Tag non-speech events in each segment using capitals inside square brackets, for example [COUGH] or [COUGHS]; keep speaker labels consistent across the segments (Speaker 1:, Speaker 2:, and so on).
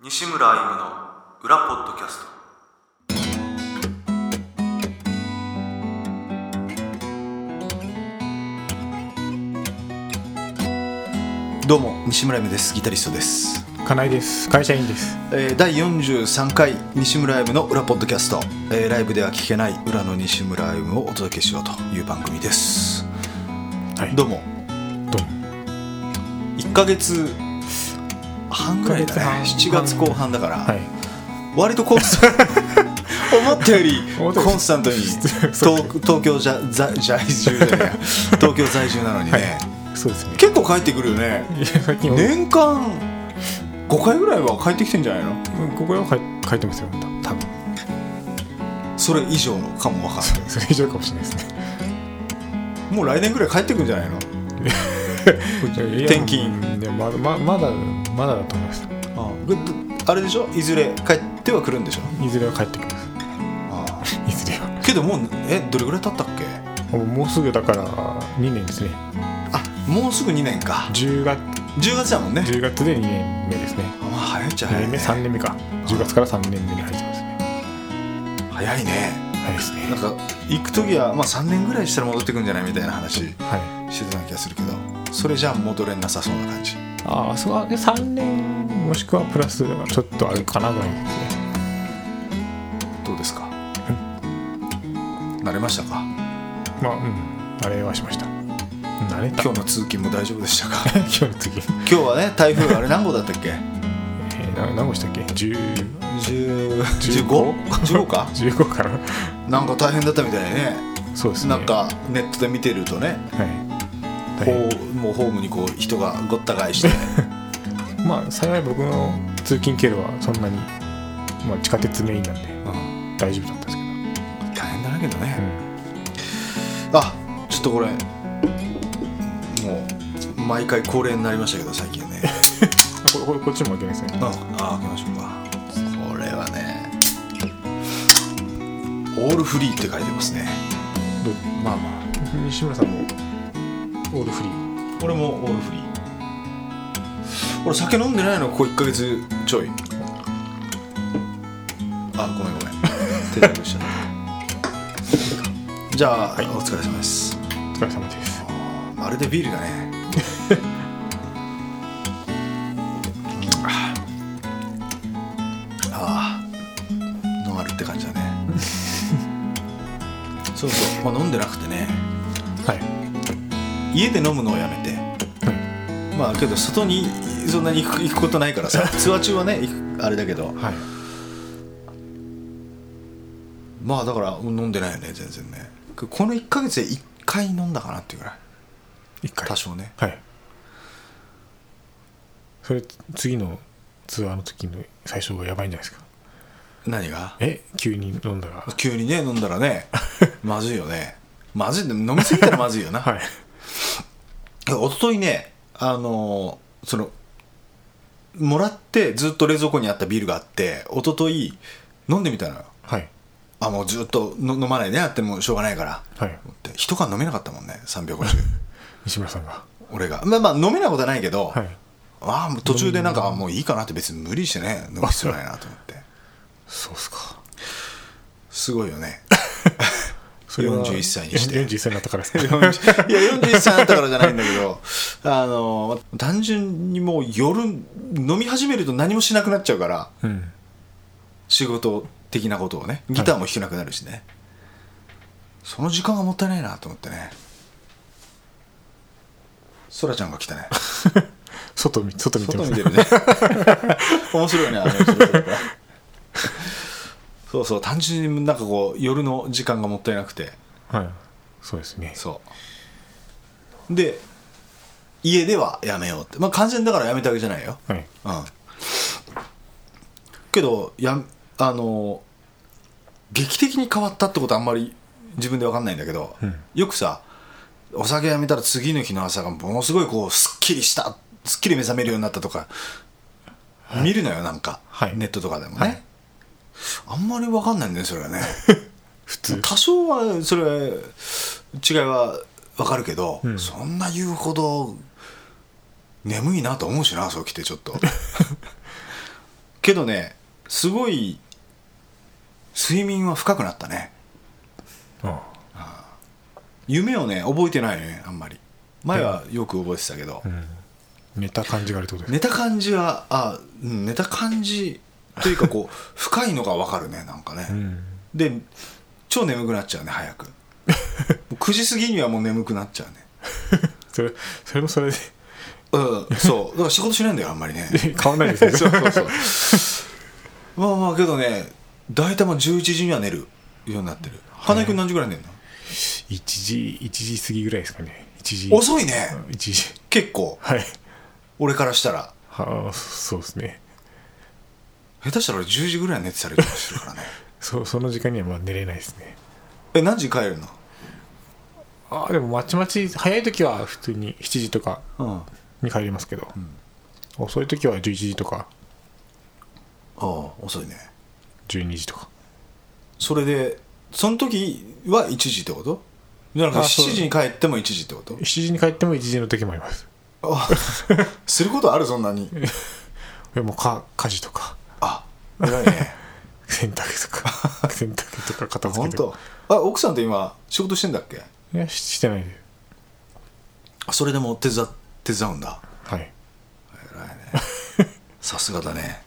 Speaker 1: 西村歩夢の裏ポッドキャスト
Speaker 2: どうも西村歩ですギタリストです、
Speaker 3: 金井です会社員です
Speaker 2: えー、第43回西村歩の裏ポッドキャスト、えー、ライブでは聞けない裏の西村歩をお届けしようという番組です、
Speaker 3: はい
Speaker 2: どうも
Speaker 3: どうも
Speaker 2: 1ヶ月半ぐらいだ
Speaker 3: 一ヶ
Speaker 2: ね7
Speaker 3: 月半
Speaker 2: 月後半だから、
Speaker 3: はい
Speaker 2: 割とコンスタン [LAUGHS] ト思ったより
Speaker 3: 思ったより
Speaker 2: コンスタントに
Speaker 3: [LAUGHS] そう
Speaker 2: 東東京じゃ在在住じゃねえ
Speaker 3: [LAUGHS]
Speaker 2: や東京在住なのにね、
Speaker 3: そうです [LAUGHS] ね
Speaker 2: 結構帰ってくるよね
Speaker 3: いや最近、
Speaker 2: 年間5回ぐらいは帰ってきてんじゃないの
Speaker 3: ここへは書い書いてますよまた多分
Speaker 2: それ以上のかもわかんない
Speaker 3: それ以上かもしれないですね
Speaker 2: もう来年ぐらい帰ってくんじゃないの
Speaker 3: [LAUGHS] い [LAUGHS] や
Speaker 2: 転勤
Speaker 3: いやまだままだまだだと思います
Speaker 2: ああれでしょいずれ帰ってはくるんでしょ
Speaker 3: いずれは帰ってきます
Speaker 2: あ
Speaker 3: [LAUGHS] いずれは
Speaker 2: けどもうえどれぐらい経ったっけ
Speaker 3: もうもうすぐだから2年ですね
Speaker 2: あもうすぐ2年か
Speaker 3: 10月
Speaker 2: 10月だもんね
Speaker 3: 10月で2年目ですね
Speaker 2: あまあ早いっちゃ
Speaker 3: 2
Speaker 2: 早い
Speaker 3: 年目
Speaker 2: ね
Speaker 3: 3年目か10月から3年目に入ってますね
Speaker 2: 早いね
Speaker 3: はいですね
Speaker 2: なんか行く時は、まあ、3年ぐらいしたら戻ってくんじゃないみたいな話
Speaker 3: はい
Speaker 2: してた気がするけどそれじゃあ戻れなさそうな感じ
Speaker 3: ああそうはね3年もしくはプラスちょっとあるかなぐらいですね
Speaker 2: どうですか慣れましたか
Speaker 3: まあ、うん、慣れはしました。慣れた。
Speaker 2: 今日の通勤も大丈夫でしたか
Speaker 3: 今日の次。え
Speaker 2: 今日はね台風あれ何号だったっけ
Speaker 3: ー、な何個したっけ ?10、
Speaker 2: 15?15 [LAUGHS] か
Speaker 3: 15かな
Speaker 2: なんか大変だったみたいね
Speaker 3: そうですね。
Speaker 2: なん、かネットで見てるとね
Speaker 3: はい。
Speaker 2: こ
Speaker 3: 大
Speaker 2: うもうホームにこう人がごった返して
Speaker 3: 変まあ、幸い僕の通勤経路はそんなに、まあ、地下鉄メインなんで
Speaker 2: うん
Speaker 3: 大丈夫だったんですけど。
Speaker 2: [LAUGHS] 大変だなけど
Speaker 3: う
Speaker 2: ね
Speaker 3: ん、
Speaker 2: あちょっとこれもう毎回恒例になりましたけど最近ね
Speaker 3: これこれこっちもいけないですね。
Speaker 2: ああ開けましょうかこれはねオールフリーって書いてますね
Speaker 3: どまあまあ、西村さんもオールフリー。
Speaker 2: これもオールフリー俺酒飲んでないのここ1ヶ月ちょいあごめ [LAUGHS] んごめん手順しちゃったじゃあ、お疲れ様です
Speaker 3: お疲れ様です。
Speaker 2: まるでビールだね [LAUGHS] ああノンアルって感じだね [LAUGHS] そうそう、まあ、飲んでなくてね
Speaker 3: はい。
Speaker 2: 家で飲むのをやめて
Speaker 3: うん
Speaker 2: まあけど外にそんなに行く行くことないから
Speaker 3: [LAUGHS]
Speaker 2: さツアー中はね行くあれだけど
Speaker 3: はい。
Speaker 2: まあだから飲んでないよね全然ねこの1ヶ月で1回飲んだかなっていうぐらい
Speaker 3: 一回。
Speaker 2: 多少ね
Speaker 3: はい。それ、次のツアーの時の最初がやばいんじゃないですか。
Speaker 2: 何が
Speaker 3: え急に飲んだら。
Speaker 2: 急にね飲んだらね [LAUGHS] まずいよねまずい飲みすぎたらまずいよな、
Speaker 3: はい。
Speaker 2: おとといねあのーそのもらってずっと冷蔵庫にあったビールがあっておととい飲んでみたのよ
Speaker 3: はい。
Speaker 2: あもうずっとの飲まないねあってもしょうがないから
Speaker 3: はい。
Speaker 2: で一缶飲めなかったもんね350
Speaker 3: [LAUGHS] 西村さんが。
Speaker 2: 俺がまあまあ飲めないことはないけど、
Speaker 3: はい。
Speaker 2: ああもう途中でなんかあもういいかなって別に無理してね飲む必要ないなと思って
Speaker 3: そうっすか。
Speaker 2: すごいよね
Speaker 3: それは
Speaker 2: 41歳にして
Speaker 3: え41歳になったからです
Speaker 2: [LAUGHS]
Speaker 3: か。 [LAUGHS]
Speaker 2: いや41歳になったからじゃないんだけどあの単純にもう夜飲み始めると何もしなくなっちゃうから
Speaker 3: うん。
Speaker 2: 仕事的なことをねギターも弾けなくなるしね、その時間がもったいないなと思ってねそらちゃんが来たね
Speaker 3: 外見、外 [LAUGHS] 見て
Speaker 2: 外
Speaker 3: ま
Speaker 2: 見
Speaker 3: す
Speaker 2: て。るね
Speaker 3: [LAUGHS]
Speaker 2: 面白いねあの人のとこそうそう単純になんかこう夜の時間がもったいなくて
Speaker 3: はい。そうですね。
Speaker 2: そうで家ではやめようってまあ完全だからやめたわけじゃないよ
Speaker 3: はい。
Speaker 2: うんけどやあの劇的に変わったってことあんまり自分で分かんないんだけど、
Speaker 3: うん
Speaker 2: よくさお酒やめたら次の日の朝がものすごいこうすっきりしたすっきり目覚めるようになったとか、見るのよなんか、
Speaker 3: はい
Speaker 2: ネットとかでもね、
Speaker 3: はい
Speaker 2: あんまり分かんないんだよそれはね
Speaker 3: 普通。
Speaker 2: 多少はそれ違いは分かるけど、
Speaker 3: うん
Speaker 2: そんな言うほど眠いなと思うしなそう来てちょっと結 [LAUGHS] けどねすごい睡眠は深くなったね
Speaker 3: あ
Speaker 2: 夢をね覚えてないねあんまり前はよく覚えてたけど、
Speaker 3: あうん寝た感じがあるってことです
Speaker 2: 寝た感じはあうん寝た感じというかこう [LAUGHS] 深いのが分かるねなんかね、
Speaker 3: うん
Speaker 2: で超眠くなっちゃうね早
Speaker 3: [LAUGHS]
Speaker 2: くもう9時過ぎにはもう眠くなっちゃうね
Speaker 3: それそれもそれで [LAUGHS]
Speaker 2: うんそうだから仕事しないんだよあんまりね
Speaker 3: 変わんない [LAUGHS] ですけ
Speaker 2: [LAUGHS]
Speaker 3: ど
Speaker 2: そうそうそうまあまあけどね大体もう11時には寝るようになってる金井君何時ぐらい寝るの、
Speaker 3: 1時1時過ぎぐらいですかね1時
Speaker 2: 遅いね
Speaker 3: うん1時
Speaker 2: 結構
Speaker 3: はい
Speaker 2: 俺からしたら
Speaker 3: はあそうですね
Speaker 2: 下手したら俺10時ぐらい寝てたりとかしてるから
Speaker 3: [LAUGHS]
Speaker 2: ね
Speaker 3: そその時間にはまあ寝れないですね
Speaker 2: え何時に帰るの
Speaker 3: ああでもまちまち早い時は普通に7時とか
Speaker 2: うんあ
Speaker 3: に帰りますけど、遅い時は11時とか
Speaker 2: あ遅いね
Speaker 3: 12時とか
Speaker 2: それでその時は1時ってことじゃなくて
Speaker 3: あそう
Speaker 2: 7時に帰っても1時ってこと
Speaker 3: [LAUGHS] 7時に帰っても1時の時もあります
Speaker 2: あすることあるそんなに
Speaker 3: いやもうか家事とか
Speaker 2: あ偉い
Speaker 3: [LAUGHS]
Speaker 2: ね
Speaker 3: 洗濯
Speaker 2: [LAUGHS]
Speaker 3: とか洗濯とか片付
Speaker 2: 本
Speaker 3: けと
Speaker 2: 当あ
Speaker 3: か
Speaker 2: 奥さんって今仕事してんだっけ
Speaker 3: いやししてないです
Speaker 2: あそれでも手伝手伝うんだ
Speaker 3: はい
Speaker 2: 偉いねさすがだね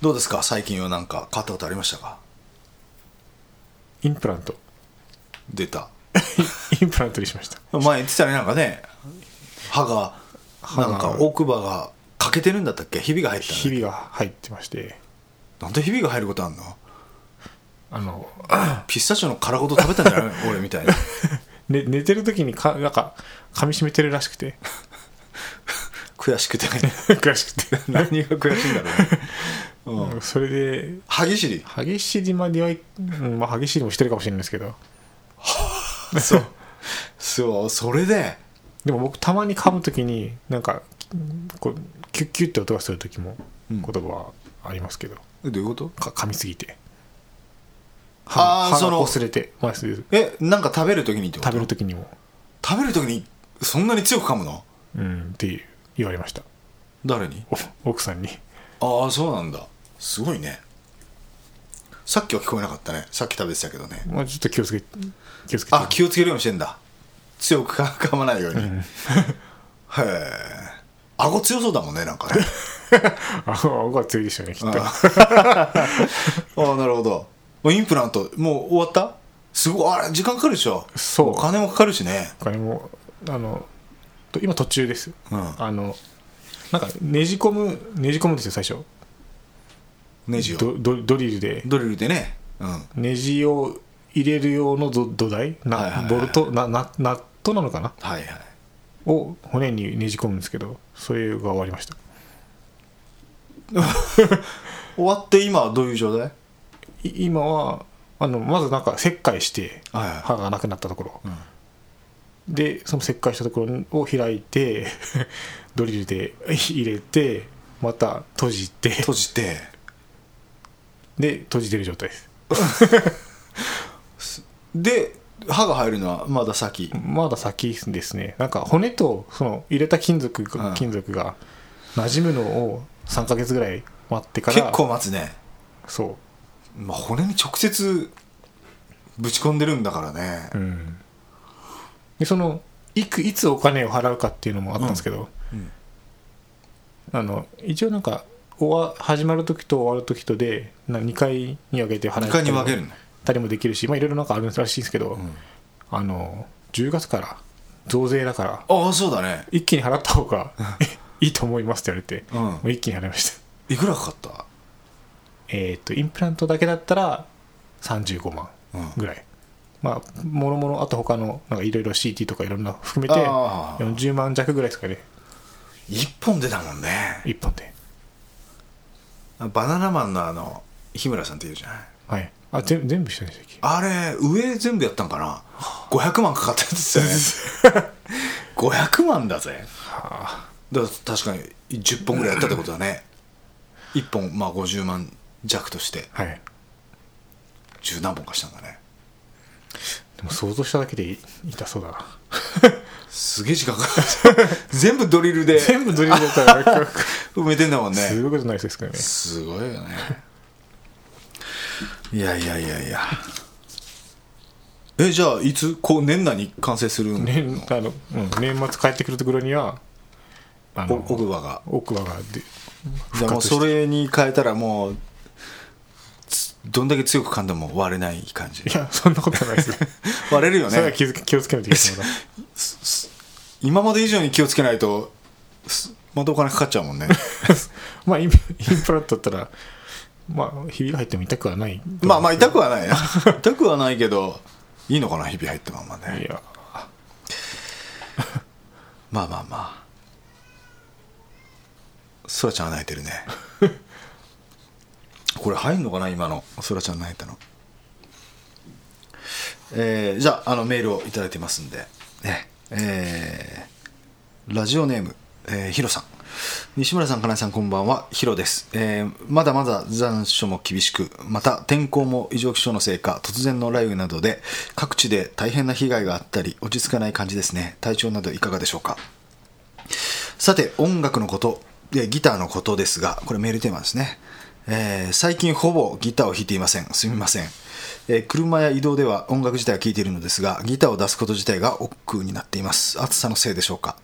Speaker 2: どうですか最近はなんか買ったことありましたか
Speaker 3: インプラント
Speaker 2: 出た
Speaker 3: インプラントにしました
Speaker 2: 前言ってたねなんかね歯が
Speaker 3: 歯が
Speaker 2: なんか奥歯が欠けてるんだったっけひびが入った
Speaker 3: ひ
Speaker 2: の
Speaker 3: びが入ってまして
Speaker 2: なんでひびが入ることあんの
Speaker 3: あの、 [LAUGHS]
Speaker 2: ピスタチオの殻ごと食べたんじゃ [LAUGHS] ない俺みたいな
Speaker 3: ね、寝てる時にかなんか噛み締めてるらしくて [LAUGHS]
Speaker 2: 悔しくて
Speaker 3: 悔しくて
Speaker 2: [LAUGHS] 何が悔しいんだろうね、うん、
Speaker 3: それで
Speaker 2: 歯ぎしり
Speaker 3: 歯ぎしりまでは、うんまあ、歯ぎしりもしてるかもしれないですけど
Speaker 2: [LAUGHS] そうそうそれで
Speaker 3: でも僕たまに噛む時になんかこうキュッキュッって音がする時も
Speaker 2: うん
Speaker 3: 言葉はありますけど、
Speaker 2: どういうこと
Speaker 3: か噛みすぎて
Speaker 2: あー
Speaker 3: 歯が
Speaker 2: そ
Speaker 3: 歯
Speaker 2: の
Speaker 3: が擦れて、まあ、そういう
Speaker 2: えなんか食べるときにってこと
Speaker 3: 食べる時にも、
Speaker 2: 食べる時にそんなに強く噛むの
Speaker 3: うん、って言われました [LAUGHS]
Speaker 2: 誰に
Speaker 3: お奥さんに
Speaker 2: ああそうなんだすごいねさっきは聞こえなかったねさっき食べてたけどね
Speaker 3: まあ、ちょっと気をつけ気をつけて
Speaker 2: あ気をつけるようにしてんだ強くか噛まないように、 [LAUGHS] へえ顎強そうだもんねなんかね
Speaker 3: あ顎が強いでしょうねきっと
Speaker 2: [LAUGHS] あああなるほどもうインプラントもう終わったすごいあれ時間かかるでしょ
Speaker 3: そう
Speaker 2: お金もかかるしね
Speaker 3: お金もあのと今途中です、
Speaker 2: うん
Speaker 3: あのなんかねじ込むねじ込むんですよ最初
Speaker 2: ネジを
Speaker 3: ドドドリルで
Speaker 2: ドリルでねうん
Speaker 3: ネジを入れる用の土土台な、
Speaker 2: はいはいはい
Speaker 3: ボルトななナットなのかな
Speaker 2: はいはい
Speaker 3: を骨にねじ込むんですけどそれが終わりました
Speaker 2: 終わって今はどういう状態
Speaker 3: い今はあのまずなんか切開して
Speaker 2: はいはい
Speaker 3: 歯がなくなったところ、でその切開したところを開いて [LAUGHS] ドリルで入れてまた閉じて
Speaker 2: 閉じて
Speaker 3: で閉じてる状態です
Speaker 2: で歯が入るのはまだ先、
Speaker 3: まだ先ですねなんか骨とその入れた金属が、
Speaker 2: うん
Speaker 3: 金属が馴染むのを3ヶ月ぐらい待ってから
Speaker 2: 結構待つね
Speaker 3: そ
Speaker 2: まあ、骨に直接ぶち込んでるんだからね
Speaker 3: う、うんでそのいくいつお金を払うかっていうのもあったんですけど、
Speaker 2: うんうん
Speaker 3: あの一応なんか終わ始まる時と終わる時とで2回に分けて払
Speaker 2: 2回に分け
Speaker 3: る
Speaker 2: るの、
Speaker 3: たりもできるしまあいろいろなんかあるらしいんですけど、あの10月から増税だから
Speaker 2: ああそうだね
Speaker 3: 一気に払った方が [LAUGHS] いいと思いますって言われて、
Speaker 2: うん
Speaker 3: もう一気に払いました
Speaker 2: いくらかかった
Speaker 3: えっ、とインプラントだけだったら35万
Speaker 2: うん
Speaker 3: ぐらい、まあもろもろあと他のなんかいろいろ CT とかいろんな含めて
Speaker 2: あー
Speaker 3: 40万弱ぐらいですかね
Speaker 2: 1本出たもんね
Speaker 3: 1本で
Speaker 2: バナナマンのあの日村さんっていうじゃない
Speaker 3: はいあ全全部一緒でしたっけ
Speaker 2: あれ上全部やったんかな500万かかったやつだよね
Speaker 3: [LAUGHS]
Speaker 2: 500万だぜ
Speaker 3: はあ
Speaker 2: だから確かに10本ぐらいやったってことだね1本まあ50万弱として
Speaker 3: はい
Speaker 2: 十何本かしたんだね
Speaker 3: でも想像しただけでい痛そうだな
Speaker 2: すげえ時間かかる
Speaker 3: [LAUGHS]
Speaker 2: 全部ドリルで
Speaker 3: 全部ドリルだった
Speaker 2: [LAUGHS]
Speaker 3: ら
Speaker 2: 埋めてんだもんね
Speaker 3: すごいことにないですからね
Speaker 2: すごいよねいやいやいやいやえじゃあいつこう年内に完成するの、
Speaker 3: 年あの、うん、年末帰ってくるところにはあ
Speaker 2: お
Speaker 3: の
Speaker 2: 奥歯が
Speaker 3: 奥歯がで
Speaker 2: じゃあもうそれに変えたらもうつどんだけ強く噛んでも割れない感じ
Speaker 3: いやそんなこと
Speaker 2: [LAUGHS]
Speaker 3: ないですよ、
Speaker 2: 割れるよ
Speaker 3: それは
Speaker 2: ね
Speaker 3: 気づけ気をつけないといけないまだ
Speaker 2: 今まで以上に気をつけないとすまたお金かかっちゃうもんね
Speaker 3: まあインプ [LAUGHS] インプラントだったらまあひびが入っても痛くはない
Speaker 2: [LAUGHS] まあまあ痛くはないな [LAUGHS] 痛くはないけどいいのかな日々入ったまんまね
Speaker 3: いや
Speaker 2: まあまあまあそらちゃんは泣いてるねこれ入んのかな今のそらちゃん泣いたのえーじゃああのメールをいただいてますんでねえーラジオネーム、えーヒロさん西村さん、金井さん、こんばんは。ヒロです、えーまだまだ残暑も厳しく、また天候も異常気象のせいか、突然の雷雨などで、各地で大変な被害があったり、落ち着かない感じですね。体調などいかがでしょうか。さて音楽のことでギターのことですがこれメールテーマですね、えー最近ほぼギターを弾いていませんすみません、えー車や移動では音楽自体は聴いているのですがギターを出すこと自体が億劫になっています暑さのせいでしょうか、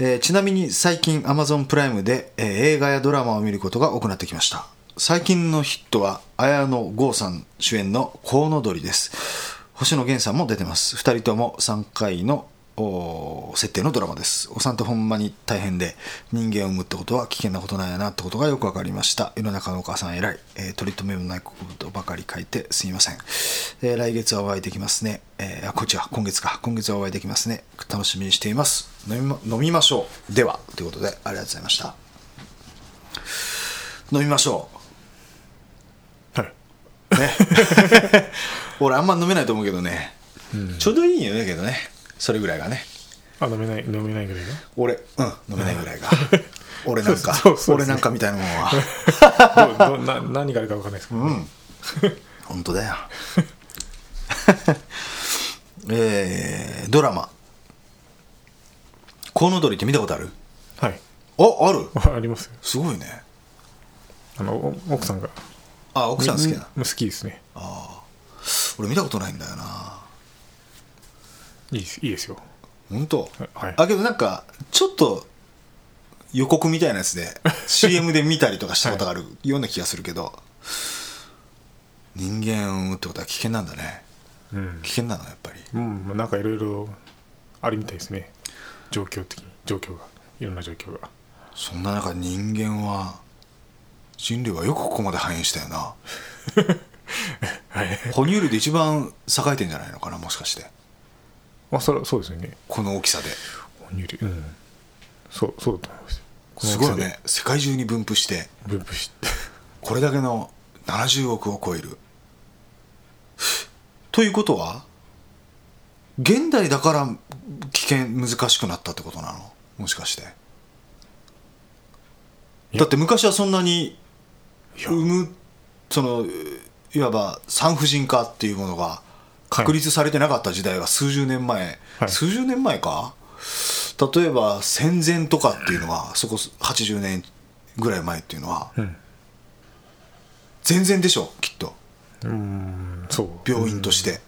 Speaker 2: えーちなみに最近 Amazon プライムで、えー映画やドラマを見ることが多くなってきました最近のヒットは綾野剛さん主演の「コウノドリ」です星野源さんも出てます2人とも3回のおー設定のドラマですお産ってほんまに大変で人間を産むってことは危険なことなんやなってことがよく分かりました世の中のお母さん偉い、えー取り留めもないことばかり書いてすみません、えー来月はお会いできますね、えーあこっちは今月か今月はお会いできますね楽しみにしています飲みま飲みましょうではということでありがとうございました飲みましょ
Speaker 3: はい、
Speaker 2: うね俺あんま飲めないと思うけどね、ちょうどいいよねけどねそれぐらいがね
Speaker 3: あ飲めない飲めないぐらいが
Speaker 2: 俺うん飲めないぐらいが俺なんか
Speaker 3: そうそうそう
Speaker 2: 俺なんかみたいなもんは
Speaker 3: どうどうな何があるか分かんないですけど、 [LAUGHS]
Speaker 2: 本当だよ [LAUGHS] えー、ドラマ「コウノドリ」って見たことある
Speaker 3: はい
Speaker 2: あある
Speaker 3: ありますよ
Speaker 2: すごいね
Speaker 3: あのお奥さんが
Speaker 2: あ奥さん好きな
Speaker 3: うん好きですね
Speaker 2: 俺見たことないんだよない
Speaker 3: いですいいですよ
Speaker 2: 本当、
Speaker 3: はい
Speaker 2: あけどなんかちょっと予告みたいなやつ
Speaker 3: [LAUGHS]
Speaker 2: で CM で見たりとかしたことがあるような気がするけど、人間を産むってことは危険なんだね
Speaker 3: うん、
Speaker 2: 危険なのやっぱり
Speaker 3: うん、なんかいろいろあるみたいですね状況的に状況がいろんな状況が
Speaker 2: そんな中人間は人類はよくここまで繁栄したよな
Speaker 3: はい
Speaker 2: 哺乳類で一番栄えてんじゃないのかなもしかして
Speaker 3: まあそれはそうですよね
Speaker 2: この大きさで
Speaker 3: 哺乳類うんそうそうだと思いますこの
Speaker 2: す
Speaker 3: 大
Speaker 2: ご
Speaker 3: き
Speaker 2: いよ
Speaker 3: さで
Speaker 2: ね世界中に分布して
Speaker 3: 分布して
Speaker 2: これだけの70億を超えるということは現代だから危険難しくなったってことなのもしかして
Speaker 3: や
Speaker 2: だって昔はそんなに
Speaker 3: いや
Speaker 2: 産むそのいわば産婦人科っていうものが確立されてなかった時代は数十年前、
Speaker 3: はい
Speaker 2: 数十年前か例えば戦前とかっていうのはそこ80年ぐらい前っていうのは
Speaker 3: うん
Speaker 2: 全然でしょきっと
Speaker 3: うんそう
Speaker 2: 病院としてて、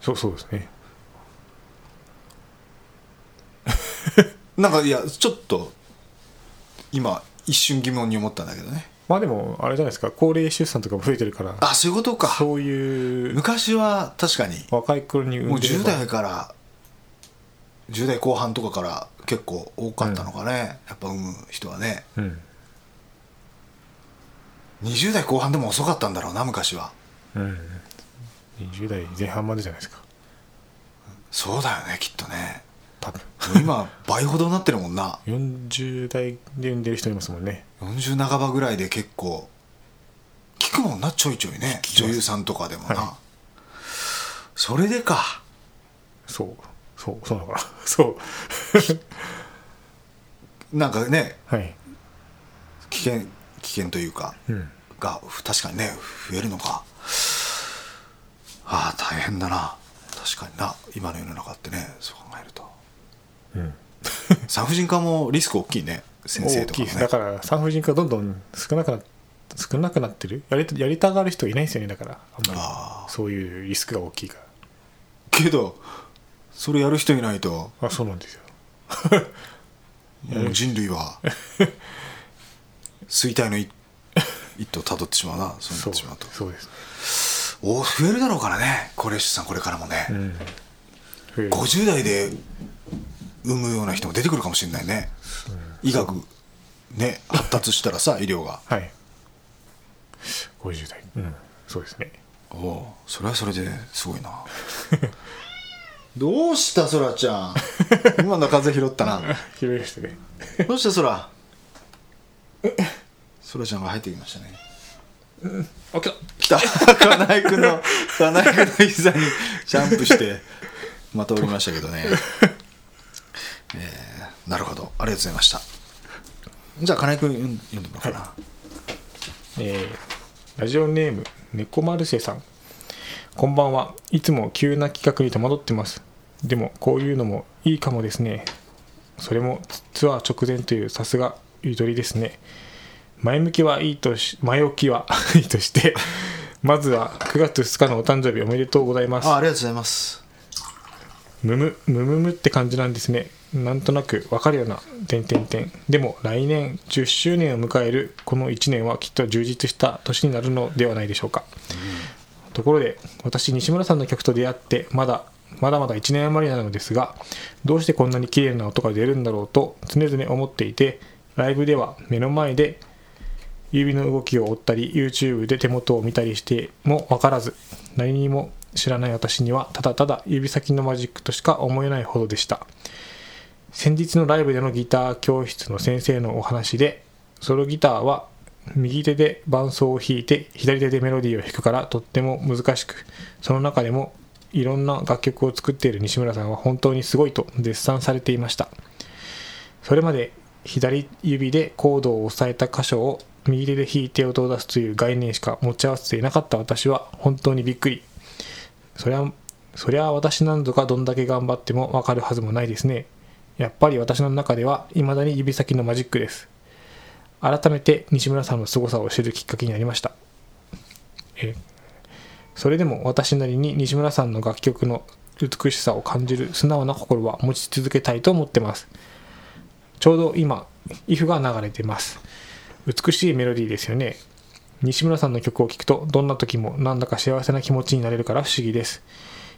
Speaker 3: そうそうですね
Speaker 2: なんかいやちょっと今一瞬疑問に思ったんだけどね
Speaker 3: まあでもあれじゃないですか高齢出産とかも増えてるから
Speaker 2: あそういうことか
Speaker 3: そういう
Speaker 2: 昔は確かに
Speaker 3: 若い頃に産
Speaker 2: もうん
Speaker 3: でれば
Speaker 2: 10代から10代後半とかから結構多かったのかね、やっぱ産む人はね
Speaker 3: うん
Speaker 2: 20代後半でも遅かったんだろうな昔は
Speaker 3: うん20代前半までじゃないですか
Speaker 2: そうだよねきっとね
Speaker 3: 多分
Speaker 2: もう
Speaker 3: [LAUGHS]
Speaker 2: 今倍ほどになってるもんな
Speaker 3: 40代で産んでる人いますもんね
Speaker 2: 40半ばぐらいで結構聞くもんなちょいちょいね
Speaker 3: きま
Speaker 2: 女
Speaker 3: す
Speaker 2: 優さんとかでもな、
Speaker 3: は
Speaker 2: それでか
Speaker 3: そうそうそうなのか [LAUGHS] なそう
Speaker 2: なんかね
Speaker 3: はい
Speaker 2: 危険危険というか
Speaker 3: うん
Speaker 2: が確かにね増えるのかああ大変だな確かにな今の世の中ってねそう考えると産婦人科もリスク大きいね先生
Speaker 3: 大
Speaker 2: と
Speaker 3: き
Speaker 2: かも
Speaker 3: いで
Speaker 2: ね
Speaker 3: すだから産婦人科どんどん少なくな少なくなってるやりやりたがる人いないですよねだからあんまり
Speaker 2: あ
Speaker 3: そういうリスクが大きいから
Speaker 2: けどそれやる人いないと
Speaker 3: あそうなんですよ
Speaker 2: もう人類
Speaker 3: [LAUGHS]
Speaker 2: は衰退の一一途をたどってしまうなそうなっ
Speaker 3: そう
Speaker 2: てしまうと
Speaker 3: そうです、
Speaker 2: お増えるだろうからね高齢出産これからもね、
Speaker 3: うん、増える
Speaker 2: 50代で産むような人も出てくるかもしれないね、医学ね発達したらさ医療が
Speaker 3: はい50代うんそうですね
Speaker 2: おおそれはそれですごいな [LAUGHS] どうしたそらち [LAUGHS] ゃん今の風拾ったな
Speaker 3: 広いですね
Speaker 2: どうしたそらそらちゃんが入ってきましたね
Speaker 3: あ来た
Speaker 2: 来た [LAUGHS] 金井君の金井君の膝にジャンプしてまた降りましたけ [LAUGHS] どね、えーなるほどありがとうございましたじゃあ金井君読ん読んでもらおうかな、
Speaker 3: えーラジオネーム猫マルセさんこんばんはいつも急な企画に戸惑ってますでもこういうのもいいかもですねそれもツツアー直前というさすがゆとりですね前向きはいいとし前置きはいいとしてまずは9月2日のお誕生日おめでとうございます
Speaker 2: あありがとうございます
Speaker 3: むむむむむって感じなんですねなんとなくわかるような点点点でも来年10周年を迎えるこの1年はきっと充実した年になるのではないでしょうか、ところで私西村さんの曲と出会ってまだまだまだ1年余りなのですがどうしてこんなに綺麗な音が出るんだろうと常々思っていてライブでは目の前で指の動きを追ったり YouTube で手元を見たりしても分からず何にも知らない私にはただただ指先のマジックとしか思えないほどでした先日のライブでのギター教室の先生のお話でソロギターは右手で伴奏を弾いて左手でメロディーを弾くからとっても難しくその中でもいろんな楽曲を作っている西村さんは本当にすごいと絶賛されていましたそれまで左指でコードを押さえた箇所を右手で弾いて音を出すという概念しか持ち合わせていなかった私は本当にびっくりそりゃそりゃ私なんぞがどんだけ頑張ってもわかるはずもないですねやっぱり私の中では未だに指先のマジックです改めて西村さんの凄さを知るきっかけになりましたえーそれでも私なりに西村さんの楽曲の美しさを感じる素直な心は持ち続けたいと思ってますちょうど今、イフが流れてます。美しいメロディーですよね。西村さんの曲を聴くと、どんな時もなんだか幸せな気持ちになれるから不思議です。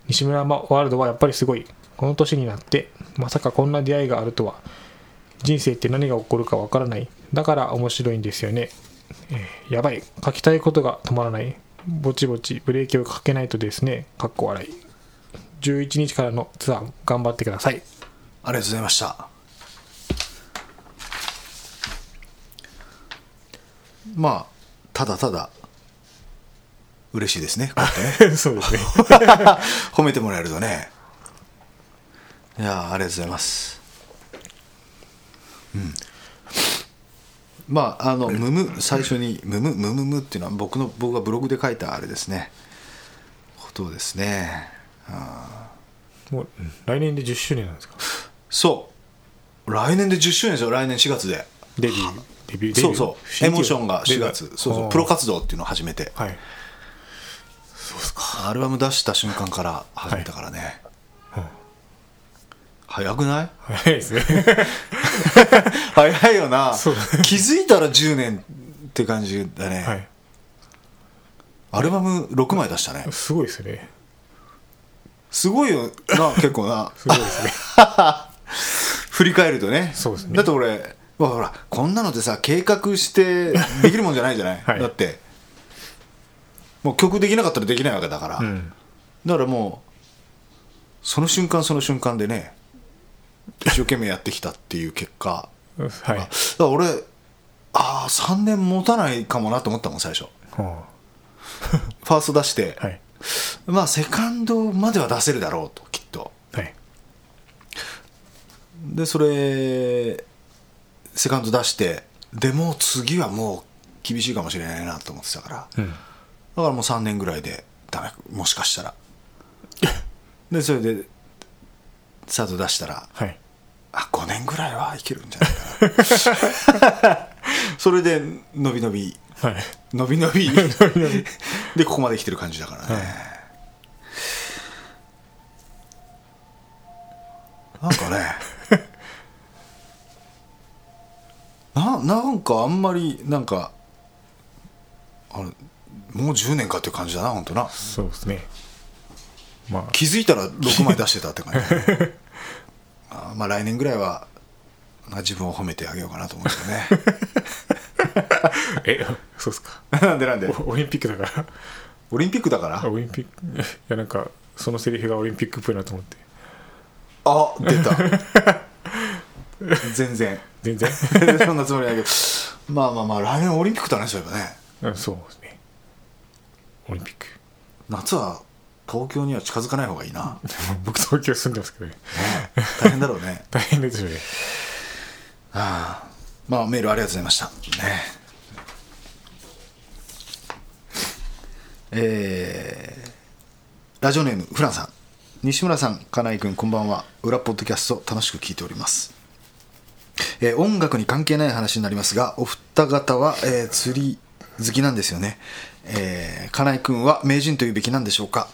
Speaker 3: 西村ワールドはやっぱりすごい。この年になって、まさかこんな出会いがあるとは。人生って何が起こるかわからない。だから面白いんですよね。えーやばい。書きたいことが止まらない。ぼちぼちブレーキをかけないとですね。かっこ笑い。11日からのツアー、頑張ってください。
Speaker 2: ありがとうございましたまあただただ嬉しいですねこうやってね
Speaker 3: [LAUGHS] [LAUGHS] そうですね。
Speaker 2: 褒めてもらえるとねいやーありがとうございますうんまああの「ムム」最初に「ムムムムム」っていうのは僕の僕がブログで書いたあれですねことですね
Speaker 3: もう来年で10周年なんですか
Speaker 2: そう来年で10周年ですよ来年4月で
Speaker 3: デビューデビューデビ
Speaker 2: そ
Speaker 3: ュー
Speaker 2: うそうエモーションが4月
Speaker 3: デビュー
Speaker 2: そうそ
Speaker 3: あ
Speaker 2: う
Speaker 3: ー
Speaker 2: プロ活動っていうのを始めて
Speaker 3: はい
Speaker 2: アルバム出した瞬間から始めたからね、早くない
Speaker 3: 早いですね
Speaker 2: [LAUGHS]
Speaker 3: [LAUGHS]
Speaker 2: 早いよな
Speaker 3: そうだ
Speaker 2: 気づいたら10年って感じだね、
Speaker 3: はい
Speaker 2: アルバム6枚出したね
Speaker 3: すごいですね
Speaker 2: すごいよな結構な
Speaker 3: すごいですね
Speaker 2: [LAUGHS] 振り返るとね
Speaker 3: そうですね
Speaker 2: だって俺ほらほらこんなのでさ計画してできるもんじゃないじゃ [LAUGHS] ない、
Speaker 3: はい
Speaker 2: だってもう曲できなかったらできないわけだから、
Speaker 3: うん
Speaker 2: だからもうその瞬間その瞬間でね一生懸命やってきたっていう結果
Speaker 3: はい
Speaker 2: だから俺ああ3年持たないかもなと思ったもん最初
Speaker 3: うん
Speaker 2: ファースト出して、
Speaker 3: はい
Speaker 2: まあセカンドまでは出せるだろうときっと
Speaker 3: はい
Speaker 2: でそれセカンド出してでもう次はもう厳しいかもしれないなと思ってたからだか
Speaker 3: うん
Speaker 2: らもう3年ぐらいでダメもしか
Speaker 3: [LAUGHS]
Speaker 2: したらでそれでスタート出したら
Speaker 3: はい
Speaker 2: ああ5年ぐらいはいけるんじゃないか [LAUGHS] なそれで伸び伸び
Speaker 3: はい。
Speaker 2: 伸び伸びでここまで来てる感じだからね、なんかねななんかあんまりなんかあれもう10年かっていう感じだな本当な
Speaker 3: そうですね。まあ、
Speaker 2: 気づいたら6枚出してたって感じ、 [LAUGHS] あーまあ来年ぐらいはまあ自分を褒めてあげようかなと思うんですよね
Speaker 3: え、そうっすか。
Speaker 2: [LAUGHS] なんでなんで
Speaker 3: おオリンピックだから。
Speaker 2: オリンピックだから
Speaker 3: あオリンピック、 [LAUGHS] いや、なんか、そのセリフがオリンピックっぽいなと思って。
Speaker 2: あ出た [LAUGHS] 全然
Speaker 3: 全然。 [LAUGHS]
Speaker 2: そんなつもりないけどまあまあまあ来年オリンピックだねそういえばね
Speaker 3: うんそうですね。オリンピック。 [LAUGHS]
Speaker 2: 夏は東京には近づかない方がいいな
Speaker 3: 僕、東京住んでますけどね。
Speaker 2: 大変だろうね
Speaker 3: 大変ですよね。
Speaker 2: ああまあメールありがとうございましたねえーラジオネームフランさん西村さん金井君こんばんは裏ポッドキャスト楽しく聞いておりますえー音楽に関係ない話になりますがお二方は、えー釣り好きなんですよね、えー、金井君は名人というべきなんでしょうか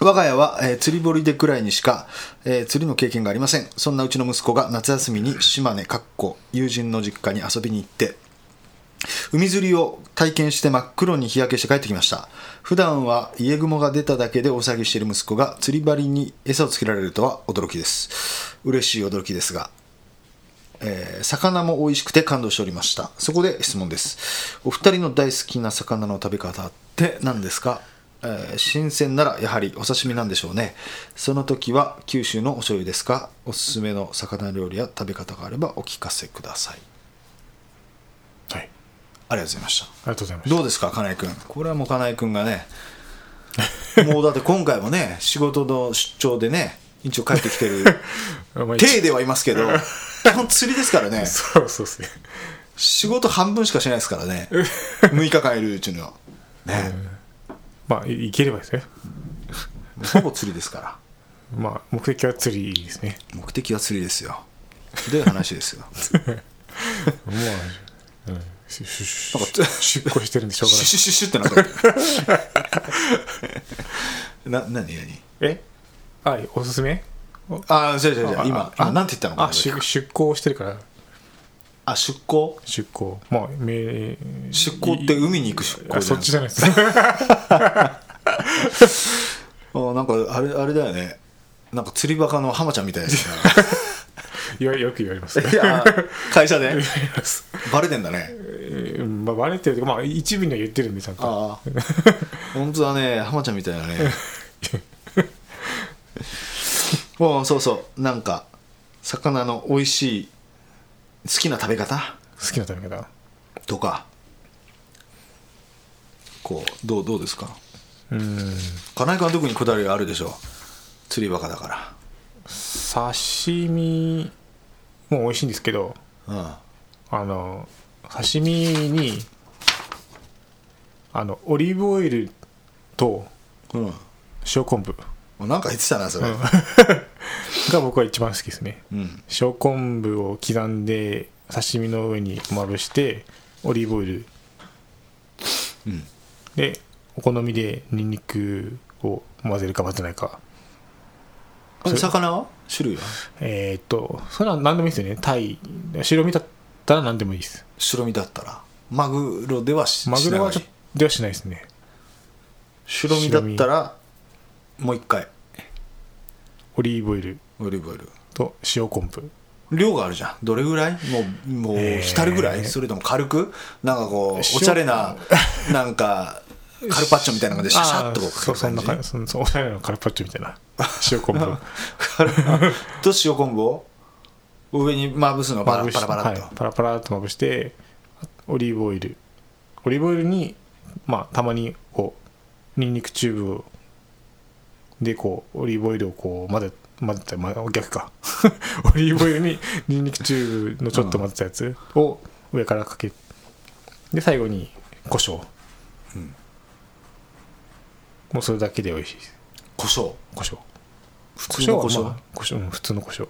Speaker 2: 我が家は、えー釣り堀でくらいにしか、えー釣りの経験がありませんそんなうちの息子が夏休みに島根かっこ友人の実家に遊びに行って海釣りを体験して真っ黒に日焼けして帰ってきました普段は家雲が出ただけで大騒ぎしている息子が釣り針に餌をつけられるとは驚きです嬉しい驚きですがえー魚も美味しくて感動しておりましたそこで質問ですお二人の大好きな魚の食べ方って何ですか、えー新鮮ならやはりお刺身なんでしょうねその時は九州のお醤油ですかおすすめの魚料理や食べ方があればお聞かせください
Speaker 3: はい。
Speaker 2: ありがとうございました
Speaker 3: ありがとうございました。
Speaker 2: どうですか金井君これはもう金井君がねもうだって今回もね仕事の出張でね一応帰ってきてる
Speaker 3: まあ一
Speaker 2: 体ではいますけど基本釣りですからね
Speaker 3: そうそうですね。
Speaker 2: 仕事半分しかしないですからね6日間いるうちのね
Speaker 3: まあ、いいければですね。
Speaker 2: ほぼ釣りですから
Speaker 3: まあ、目的は釣りですね。
Speaker 2: 目的は釣りですよひどい話ですよ
Speaker 3: もう、うん、ししし
Speaker 2: なんかつ
Speaker 3: 出航してる [LAUGHS] んでし
Speaker 2: シュ
Speaker 3: ょうがない
Speaker 2: シュシュシュってなった [LAUGHS] な何何
Speaker 3: えあおすすめ
Speaker 2: ああ違う違う違う今今
Speaker 3: あ
Speaker 2: なんて言ったの
Speaker 3: あ出出航してるから
Speaker 2: あ出港
Speaker 3: 出航まあめ
Speaker 2: 出港って海に行く出港
Speaker 3: あそっちじゃないです
Speaker 2: あなんかあれあれだよねなんか釣りバカの浜ちゃんみたいな
Speaker 3: よよく言われます [LAUGHS]
Speaker 2: いや会社で
Speaker 3: 言われます
Speaker 2: バレてんだね
Speaker 3: うんまあバレてるというかまあ一部には言ってるんでちゃんと
Speaker 2: [LAUGHS] ああ本当だね浜ちゃんみたいなね [LAUGHS] おうそうそうなんか魚の美味しい好きな食べ方
Speaker 3: 好きな食べ方
Speaker 2: とかこうどうどうですか
Speaker 3: うん
Speaker 2: 金井君は特にこだわりがあるでしょ釣りバカだか
Speaker 3: 刺身も美味しいんですけど
Speaker 2: らうん
Speaker 3: あの刺身にあのオリーブオイルと
Speaker 2: うん
Speaker 3: 塩昆布
Speaker 2: もうなんか言ってたなそれ、
Speaker 3: が僕は一番好きですね
Speaker 2: うん
Speaker 3: 塩昆布を刻んで刺身の上にまぶしてオリーブオイル
Speaker 2: うん
Speaker 3: でお好みでニンニクを混ぜるか混ぜないか
Speaker 2: あれ魚は種類は
Speaker 3: えーっとそれは何でもいいですよねタイ白身だったら何でもいいです
Speaker 2: 白身だったらマグロではし
Speaker 3: マグロは
Speaker 2: し
Speaker 3: ち
Speaker 2: な
Speaker 3: ょっ
Speaker 2: い
Speaker 3: とではしないですね
Speaker 2: 白身だったらもう一回
Speaker 3: オリーブオイル
Speaker 2: オリーブオイル
Speaker 3: と塩昆布
Speaker 2: 量があるじゃんどれぐらいもうもう
Speaker 3: えー
Speaker 2: 浸るぐらい、それとも軽くなんかこうお
Speaker 3: 塩
Speaker 2: しゃれ
Speaker 3: [LAUGHS]
Speaker 2: ななんかカルパッチョみたいな感じでシャシャッとこ
Speaker 3: あ
Speaker 2: う
Speaker 3: ーそうそんな感
Speaker 2: じ
Speaker 3: じそんそうおしゃれなカルパッチョみた
Speaker 2: [LAUGHS]
Speaker 3: いな塩昆布を
Speaker 2: と塩昆布を上にまぶすのパラ
Speaker 3: まぶし
Speaker 2: パラパラっと、
Speaker 3: はい、パラパラっとまぶしてオリーブオイルオリーブオイルにまあたまにこうニンニクチューブをでこうオリーブオイルをこう混ぜ混ぜたまあ逆か [LAUGHS] オリーブオイルにニンニクチューブのちょっと混ぜたやつを上からかけで最後に胡椒、もうそれだけで美味しいです
Speaker 2: 胡椒
Speaker 3: 胡椒
Speaker 2: 普
Speaker 3: 胡
Speaker 2: 通の胡
Speaker 3: 椒は、
Speaker 2: 椒、
Speaker 3: まあ、胡椒うん普通の胡椒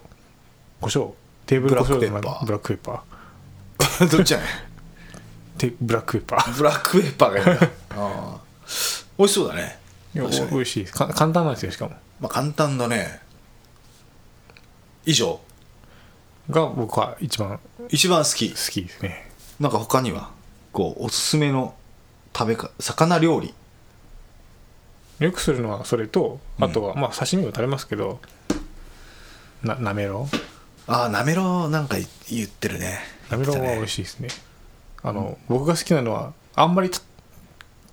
Speaker 3: 胡椒テーブル胡椒
Speaker 2: ブラックペッパー
Speaker 3: ブラックペッパー
Speaker 2: どっちやね
Speaker 3: テブラックペッパー [LAUGHS]
Speaker 2: んブラックペッパーがいいなあー美味しそうだね
Speaker 3: いや
Speaker 2: 確かに
Speaker 3: お美味しいですか簡単なんですよしかも
Speaker 2: まあ簡単だね以上
Speaker 3: が僕は一番
Speaker 2: 一番好き
Speaker 3: 好きですね
Speaker 2: なんか他にはこうおすすめの食べか魚料理
Speaker 3: よくするのはそれとあとは、まあ刺身も食べますけどななめろう
Speaker 2: ああなめろうなんか言ってるね
Speaker 3: なめろうは美味
Speaker 2: しい
Speaker 3: しいですねあの、僕が好きなのはあんまりた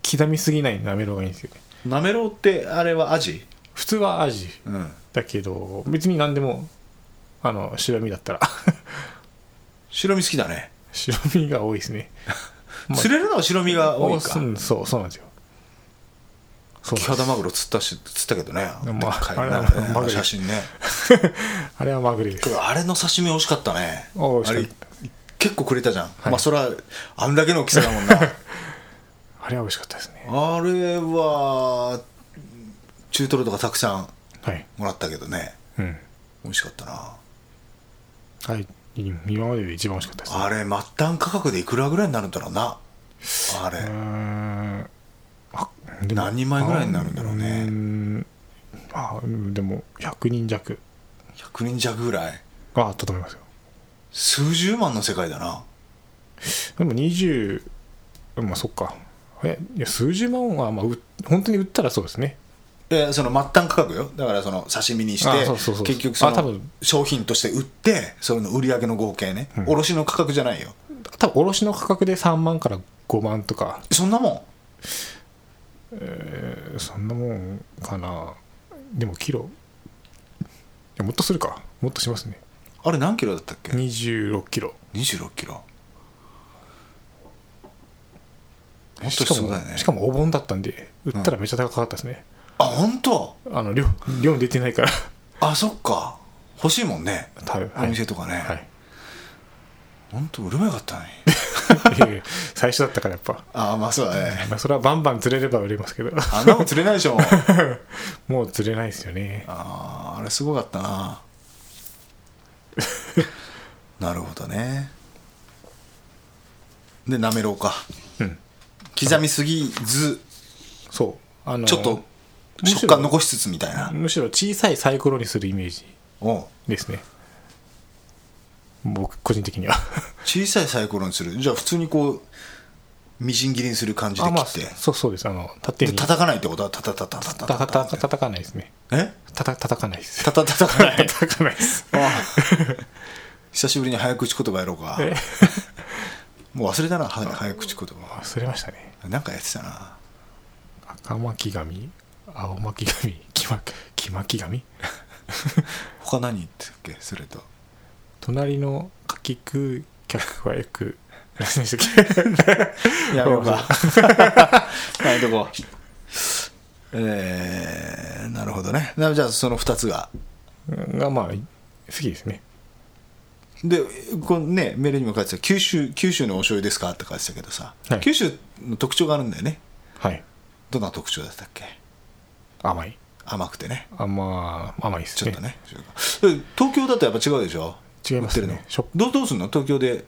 Speaker 3: 刻みすぎないなめろうがいいんですよね
Speaker 2: なめろうってあれはアジ
Speaker 3: 普通はアジ
Speaker 2: うん
Speaker 3: だけど別に何でもあの白身だったら [LAUGHS]
Speaker 2: 白身好きだね、
Speaker 3: 白身が多いですねまあ
Speaker 2: 釣れるのは白身が多いか
Speaker 3: うんそうそうなんですよそう
Speaker 2: キハ
Speaker 3: なんです
Speaker 2: ダマグロ釣ったし釣ったけどね、
Speaker 3: ま
Speaker 2: でっ
Speaker 3: あ
Speaker 2: かい
Speaker 3: あれは
Speaker 2: なんかね
Speaker 3: マグロ
Speaker 2: あの写真ね
Speaker 3: あれはまぐれです
Speaker 2: あれの刺身美味しかったね
Speaker 3: あ美味しかっ
Speaker 2: あれ結構くれたじゃん、まあそれはあんだけの大きさだもん
Speaker 3: [LAUGHS]
Speaker 2: な
Speaker 3: あれは美味しかったですね
Speaker 2: あれは中トロとかたくさん
Speaker 3: はい
Speaker 2: もらったけどね
Speaker 3: うん
Speaker 2: 美味しかったな
Speaker 3: はい今までで一番美味しかったですね
Speaker 2: あれ末端価格でいくらぐらいになるんだろうなあれ、
Speaker 3: うーんあでも
Speaker 2: 何人前ぐらいになるんだろうね
Speaker 3: ーんあうんでも100人弱
Speaker 2: 100人弱ぐらい
Speaker 3: はあったと思いますよ
Speaker 2: 数十万の世界だな
Speaker 3: でも20まあそっかえいや数十万はまあう本当に売ったらそうですね
Speaker 2: えその末端価格よだからその刺身にし
Speaker 3: あ
Speaker 2: て
Speaker 3: そうそうそう
Speaker 2: 結局そ
Speaker 3: あ多
Speaker 2: の
Speaker 3: 分
Speaker 2: 商品として売ってそれの売り上げの合計ね、卸の価格じゃないよ
Speaker 3: 多分卸の価格で3万から5万とか
Speaker 2: そんなもん
Speaker 3: そんなもんかなでもキロいやもっとするかもっとしますね
Speaker 2: あれ何キロだったっけ
Speaker 3: 26キロ
Speaker 2: 26キロもっと
Speaker 3: しか
Speaker 2: そう
Speaker 3: も
Speaker 2: だよね
Speaker 3: しかもお盆だったんで売ったらめっちゃ高かったですね、
Speaker 2: あ本当
Speaker 3: あの量量に出てないから
Speaker 2: あそっか欲しいもんね
Speaker 3: 多分
Speaker 2: お
Speaker 3: はい
Speaker 2: 店とかね、
Speaker 3: はい
Speaker 2: 本当売ればよかったのに
Speaker 3: いやいや最初だったからやっぱ、
Speaker 2: ああまあそうだね
Speaker 3: まあ、それはバンバン釣れれば売れます
Speaker 2: [LAUGHS]
Speaker 3: けど
Speaker 2: あんなもん釣れないでしょ
Speaker 3: もう釣れないですよね
Speaker 2: あーあれすごかったななるほどねでなめろうか
Speaker 3: うん
Speaker 2: 刻みすぎず
Speaker 3: そうあの
Speaker 2: ちょっと
Speaker 3: むしろ
Speaker 2: 食感残しつつみたいな
Speaker 3: むしろ小さいサイコロにするイメージ
Speaker 2: おう
Speaker 3: ですね僕個人的
Speaker 2: [LAUGHS]
Speaker 3: には
Speaker 2: 小さいサイコロにするじゃあ普通にこうみじん切りにする感じで
Speaker 3: あ
Speaker 2: 切
Speaker 3: まあ
Speaker 2: って、
Speaker 3: そうそうですあの縦
Speaker 2: で
Speaker 3: に
Speaker 2: 叩かないってことはたたたたたた
Speaker 3: たたた叩かないですね。
Speaker 2: え
Speaker 3: たた叩かないです。
Speaker 2: たたたかない
Speaker 3: 叩かないです。
Speaker 2: ああ久しぶりに早口言葉やろうか
Speaker 3: え
Speaker 2: もう忘れたなは早口言葉
Speaker 3: 忘れましたね。
Speaker 2: なんかやってたな
Speaker 3: 赤巻紙、青巻紙、黄巻黄巻紙。
Speaker 2: 他何言ってたっけそれと
Speaker 3: 隣の柿食う客はよく。何でしたっけ。
Speaker 2: やめよう [LAUGHS] かやめとこう。えー、なるほどね。なじゃあ、その2つが。
Speaker 3: [LAUGHS] がまあ、好きですね。
Speaker 2: で、このね、メールにも書いてた、九州、九州のお醤油ですかって書いてたけどさ、
Speaker 3: はい
Speaker 2: 九州の特徴があるんだよね。
Speaker 3: はい。
Speaker 2: どんな特徴だったっけ
Speaker 3: 甘い。
Speaker 2: 甘くてね。
Speaker 3: 甘、甘いです
Speaker 2: ちょ
Speaker 3: ね。
Speaker 2: っとね。で東京だとやっぱ違うでしょ
Speaker 3: 違いますね
Speaker 2: 売ってるの
Speaker 3: しょ
Speaker 2: どうどうすんの東京で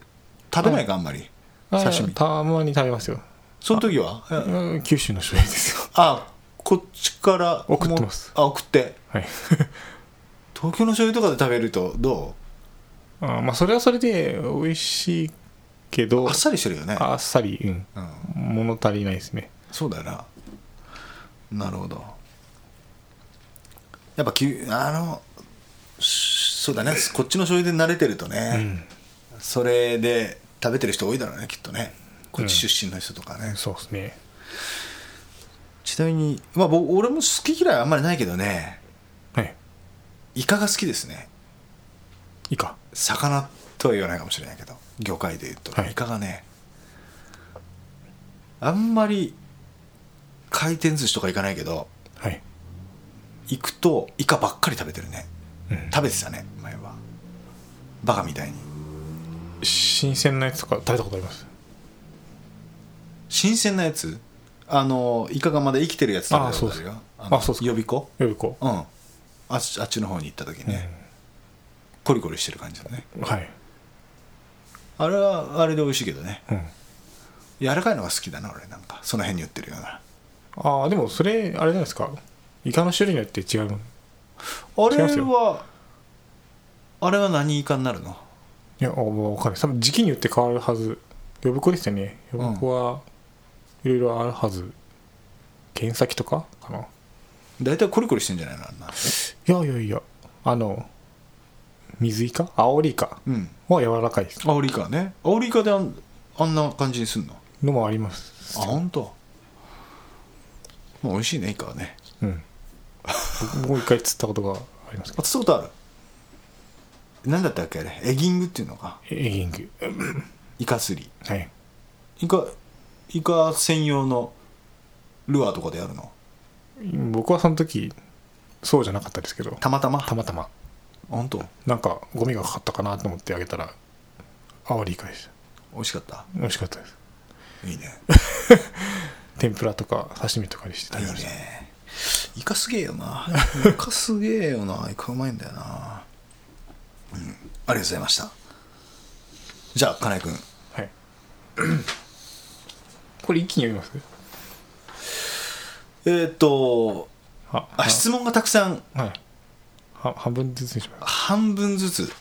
Speaker 2: 食べないか、あんまり。
Speaker 3: あ
Speaker 2: 刺身。
Speaker 3: たまに食べますよ。
Speaker 2: その時はあ
Speaker 3: うん九州の醤油ですよ。
Speaker 2: あ、こっちからも。
Speaker 3: 送ってます
Speaker 2: あ、送って。
Speaker 3: はい。
Speaker 2: 東京の醤油とかで食べるとど
Speaker 3: [LAUGHS] あまあ、それはそれで美味しいけ
Speaker 2: う
Speaker 3: ど
Speaker 2: あっ、さりしてるよね。
Speaker 3: あっさり、うん。
Speaker 2: うん
Speaker 3: 物足りないですね
Speaker 2: そうだよななるほどやっぱきゅあのしそうだねこっちの醤油で慣れてるとね、それで食べてる人多いだろうねきっとねこっち出身の人とかね、
Speaker 3: そうですね
Speaker 2: ちなみに、まあ、僕俺も好き嫌いあんまりないけどね
Speaker 3: はい
Speaker 2: イカが好きですね
Speaker 3: いいか
Speaker 2: 魚とは言わないかもしれないけど魚介で言うと、
Speaker 3: はい
Speaker 2: イカがねあんまり回転寿司とか行かないけど
Speaker 3: はい、
Speaker 2: 行くとイカばっかり食べてるね
Speaker 3: うん、
Speaker 2: 食べてたね前はバカみたいに
Speaker 3: 新鮮なやつとか食べたことあります
Speaker 2: 新鮮なやつあのイカがまだ生きてるやつ食べたことあるよ
Speaker 3: あ
Speaker 2: の
Speaker 3: そうっすか
Speaker 2: 予備校
Speaker 3: 予備校
Speaker 2: うんあっちあっちの方に行った時ね、コリコリしてる感じだね
Speaker 3: はい、
Speaker 2: あれはあれで美味しいけどね
Speaker 3: うん、
Speaker 2: 柔らかいのが好きだな俺なんかその辺に売ってるような
Speaker 3: ああでもそれあれじゃないですかイカの種類によって違うもんい
Speaker 2: あれ
Speaker 3: 違います
Speaker 2: はあれは何イカになるの
Speaker 3: やあもう分かんない多分時期によって変わるはず呼ぶ子ですよね呼ぶ子はいろいろあるはず検査機とかかな
Speaker 2: 大体コリコリしてんじゃないのあんない
Speaker 3: やいやいやあの水イカアオリイカ
Speaker 2: うん
Speaker 3: は柔らかいです
Speaker 2: アオリイカねアオリイカであんあんな感じにすんの
Speaker 3: のもあります
Speaker 2: あ本当。まあ美味しいねイカはね
Speaker 3: うん僕もう一回釣ったことがありますけ
Speaker 2: あ
Speaker 3: ど
Speaker 2: 釣ったことあるなんだったっけあれエギングっていうのか
Speaker 3: エギング
Speaker 2: イカ釣り
Speaker 3: はい
Speaker 2: イカイカ専用のルアーとかでやるの
Speaker 3: 僕はその時そうじゃなかったですけど
Speaker 2: たまたま
Speaker 3: たまたま
Speaker 2: 本当
Speaker 3: なんかゴミがかかったかなと思ってあげたらアオリイカでした
Speaker 2: 美味しかった
Speaker 3: 美味しかったです
Speaker 2: いいね
Speaker 3: 天ぷらとか刺身とかにして食
Speaker 2: いい
Speaker 3: べました
Speaker 2: ねイカすげえよ [LAUGHS] なイカすげえよなイカうまいんだよな、うん、ありがとうございましたじゃあ金井君
Speaker 3: はい [COUGHS] これ一気に読みます
Speaker 2: えーっと
Speaker 3: あ
Speaker 2: あ質問がたくさん
Speaker 3: はいは半分ずつにします
Speaker 2: 半分ずつ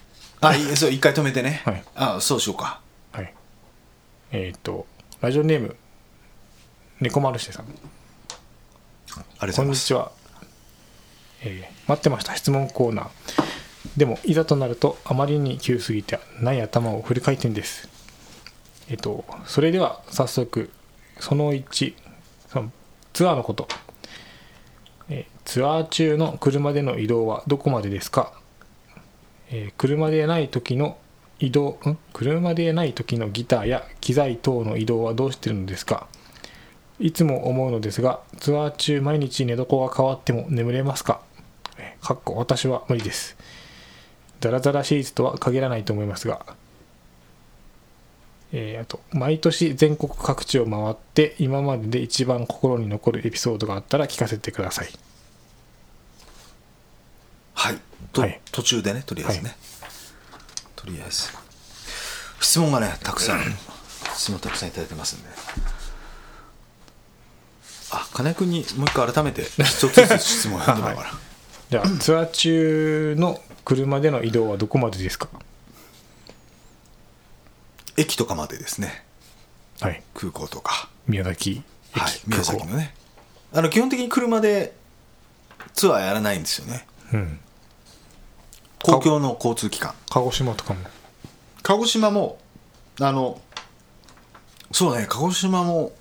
Speaker 2: あいえそう一回止めてね、
Speaker 3: はい
Speaker 2: あそうしようか
Speaker 3: はいえっ、とラジオネーム猫丸してさん
Speaker 2: ありがとうござ
Speaker 3: こ
Speaker 2: い
Speaker 3: ん
Speaker 2: ま
Speaker 3: に
Speaker 2: す
Speaker 3: ちは、えー待ってました質問コーナーでもいざとなるとあまりに急すぎてない頭をフル回転ですえっとそれでは早速その1そのツアーのこと、えーツアー中の車での移動はどこまでですか、えー車でない時の移動ん車でない時のギターや機材等の移動はどうしてるのですかいつも思うのですが、ツアー中毎日寝床が変わっても眠れますかえかっこ私は無理です。ザラザラシーズとは限らないと思いますが、えーあと、毎年全国各地を回って、今までで一番心に残るエピソードがあったら聞かせてください。
Speaker 2: はい、と
Speaker 3: はい
Speaker 2: 途中でねとりあえずね、
Speaker 3: は
Speaker 2: とりあえず質問がねたくさん質問たくさんいただいてますんであ金井君にもう一回改めて一つずつ質問を読んでもらおうかな、
Speaker 3: じ
Speaker 2: [CLEARS THROAT]
Speaker 3: ゃあ、ツアー中の車での移動はどこまでですか
Speaker 2: 駅とかまでですね
Speaker 3: はい。
Speaker 2: 空港とか、
Speaker 3: 宮崎駅、
Speaker 2: はい、宮崎
Speaker 3: 空
Speaker 2: のねあの基本的に車でツアーやらないんですよね
Speaker 3: 港うん。
Speaker 2: 公共の交通機関
Speaker 3: 鹿児島とかも。
Speaker 2: 鹿児島もあのそうね鹿児島も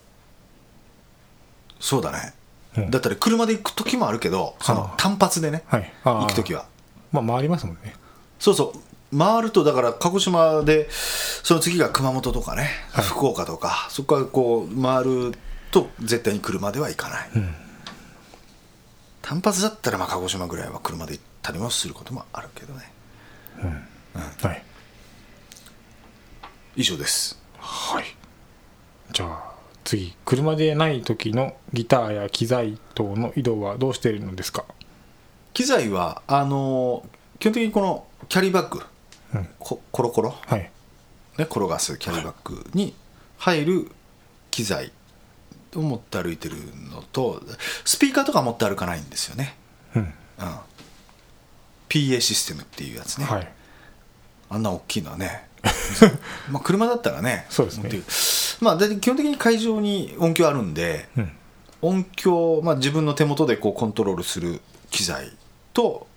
Speaker 2: そうだね、
Speaker 3: うん
Speaker 2: だったら車で行く時もあるけどその
Speaker 3: ああ
Speaker 2: 単発でね、
Speaker 3: はい。
Speaker 2: 行く時
Speaker 3: は。
Speaker 2: は
Speaker 3: まあ、回りますもんね。
Speaker 2: そうそう回るとだから鹿児島でその次が熊本とかね、
Speaker 3: はい
Speaker 2: 福岡とかそこからこう回ると絶対に車では行かない、
Speaker 3: うん。
Speaker 2: 単発だったらまあ鹿児島ぐらいは車で行ったりもすることもあるけどね
Speaker 3: はい。
Speaker 2: 以上です
Speaker 3: はい。じゃあ、次。車でない時のギターや機材等の移動はどうしているのですか
Speaker 2: 機材はあの基本的にこのキャリーバッグ
Speaker 3: うん。
Speaker 2: こコロコロ
Speaker 3: はい。
Speaker 2: ね、転がすキャリーバッグに入る機材を持って歩いてるのとスピーカーとか持って歩かないんですよね、
Speaker 3: うん。
Speaker 2: うん、PA システムっていうやつね、
Speaker 3: はい。
Speaker 2: あんな大きいのは
Speaker 3: [LAUGHS]
Speaker 2: ねまあ車だったらね
Speaker 3: そうですね
Speaker 2: 持っていくまあ、だい基本的に会場に音響あるんで
Speaker 3: うん。
Speaker 2: 音響、まあ、自分の手元でこうコントロールする機材と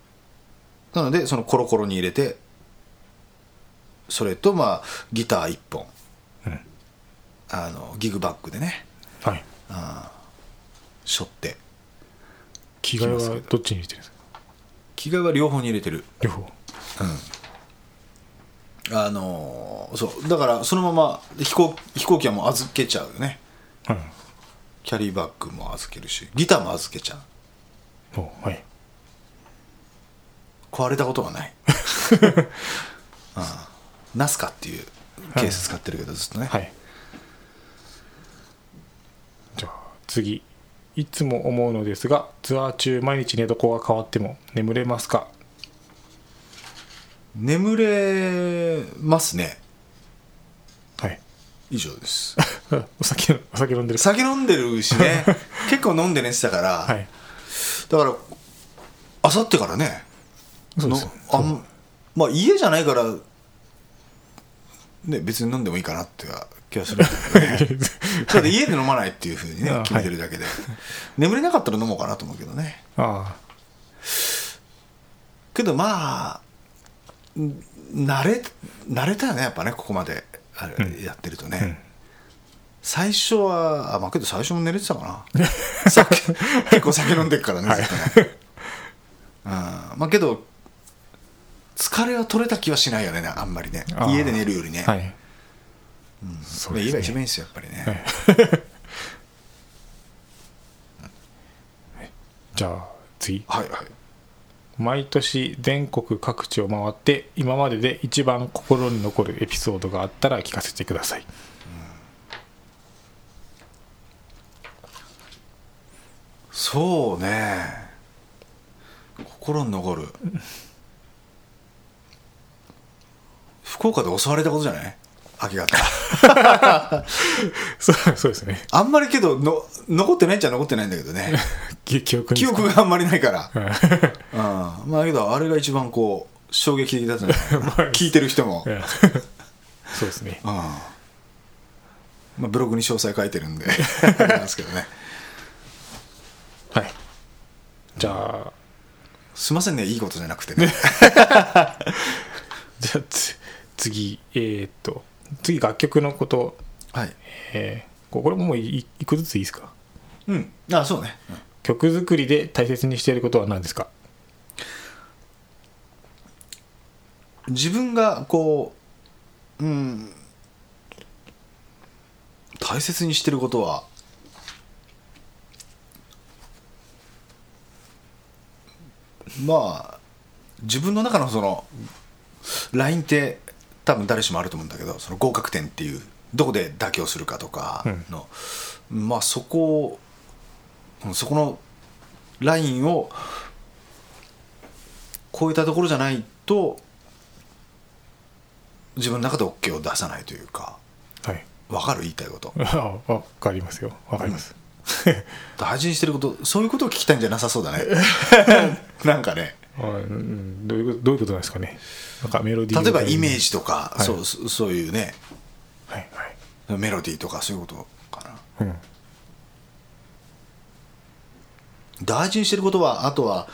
Speaker 2: なのでそのコロコロに入れてそれとまあギター1本
Speaker 3: うん。
Speaker 2: あのギグバッグでね
Speaker 3: はい。
Speaker 2: 背負って
Speaker 3: 着替
Speaker 2: ます
Speaker 3: え
Speaker 2: け
Speaker 3: は
Speaker 2: ど
Speaker 3: どっちに入れてるんですか
Speaker 2: 着替えは両方に入れてる
Speaker 3: 両方。
Speaker 2: あのーそうだからそのまま飛行飛行機はもう預けちゃうよね
Speaker 3: うん。
Speaker 2: キャリーバッグも預けるしギターも預けちゃう
Speaker 3: おはい。
Speaker 2: 壊れたことがない [LAUGHS] うんナスカっていうケース使ってるけどずっとね、
Speaker 3: はい。じゃあ、次。いつも思うのですが、ツアー中毎日寝床が変わっても眠れますか
Speaker 2: 眠れますね
Speaker 3: はい。
Speaker 2: 以上です
Speaker 3: お酒、お酒飲んでる。
Speaker 2: 酒飲んでるしね結構飲んで寝てたから、
Speaker 3: はい。
Speaker 2: だからあさってからね
Speaker 3: そうです
Speaker 2: の。あんまあ家じゃないからね別に飲んでもいいかなって気がするんだけどね
Speaker 3: [LAUGHS]
Speaker 2: だって家で飲まないっていうふうにね
Speaker 3: あ
Speaker 2: 決めてるだけで、眠れなかったら飲もうかなと思うけどね
Speaker 3: あ
Speaker 2: けどまあん慣れ慣れたよねやっぱねここまであれやってるとね、
Speaker 3: ん
Speaker 2: 最初はあまあけど最初も寝れてたか
Speaker 3: [LAUGHS]
Speaker 2: なさっき結構酒飲んでるからね,、ずっとねうんまあけど疲れは取れた気はしないよねあんまりね
Speaker 3: あー
Speaker 2: 家で寝るよりね、
Speaker 3: あ。はい。そ
Speaker 2: 家が一番いいで
Speaker 3: ね。
Speaker 2: すよやっぱりね、
Speaker 3: はいじゃあ、次。
Speaker 2: はいはい
Speaker 3: 毎年全国各地を回って今までで一番心に残るエピソードがあったら聞かせてください
Speaker 2: そうね心に残る福岡で襲われたことじゃない明け方
Speaker 3: [LAUGHS] そうそうですね
Speaker 2: あんまりけどの残ってないっちゃ残ってないんだけど
Speaker 3: [LAUGHS]
Speaker 2: ね
Speaker 3: 記記憶に
Speaker 2: 記憶があんまりないから、
Speaker 3: うん
Speaker 2: うん、まあだけどあれが一番こう衝撃的だったんじゃない
Speaker 3: [LAUGHS] まあ
Speaker 2: 聞いてる人も、
Speaker 3: うん [LAUGHS] そうですね
Speaker 2: うんまあ、ブログに詳細書いてる
Speaker 3: [LAUGHS]
Speaker 2: んであれなんですけどね
Speaker 3: はいじゃあ
Speaker 2: すいませんねいいことじゃなくてね
Speaker 3: じゃあつ次えーっと次楽曲のこと
Speaker 2: はい
Speaker 3: えーここれももういいくずついいですか
Speaker 2: うんあそうね、うん
Speaker 3: 曲作りで大切にしていることは何ですか
Speaker 2: 自分がこううん大切にしてることはまあ自分の中のそのラインって多分誰しもあると思うんだけどその合格点っていうどこで妥協するかとかの、まあそこをうんそこのラインを超えたところじゃないと自分の中で OK を出さないというか
Speaker 3: はい [LAUGHS]
Speaker 2: 分かる言いたいこと
Speaker 3: あわかりますよわかります、
Speaker 2: 大事にしてることそういうことを聞きたいんじゃなさそう [LAUGHS] だねなんかね
Speaker 3: はいうんどういうことどういうことなんですかねなんかメロディー
Speaker 2: 例えば
Speaker 3: みたい
Speaker 2: イ
Speaker 3: な
Speaker 2: メージとか、
Speaker 3: はい
Speaker 2: そうそうそういうね
Speaker 3: はいはい
Speaker 2: メロディーとかそういうことかな
Speaker 3: うん
Speaker 2: 大事にしてることはあとは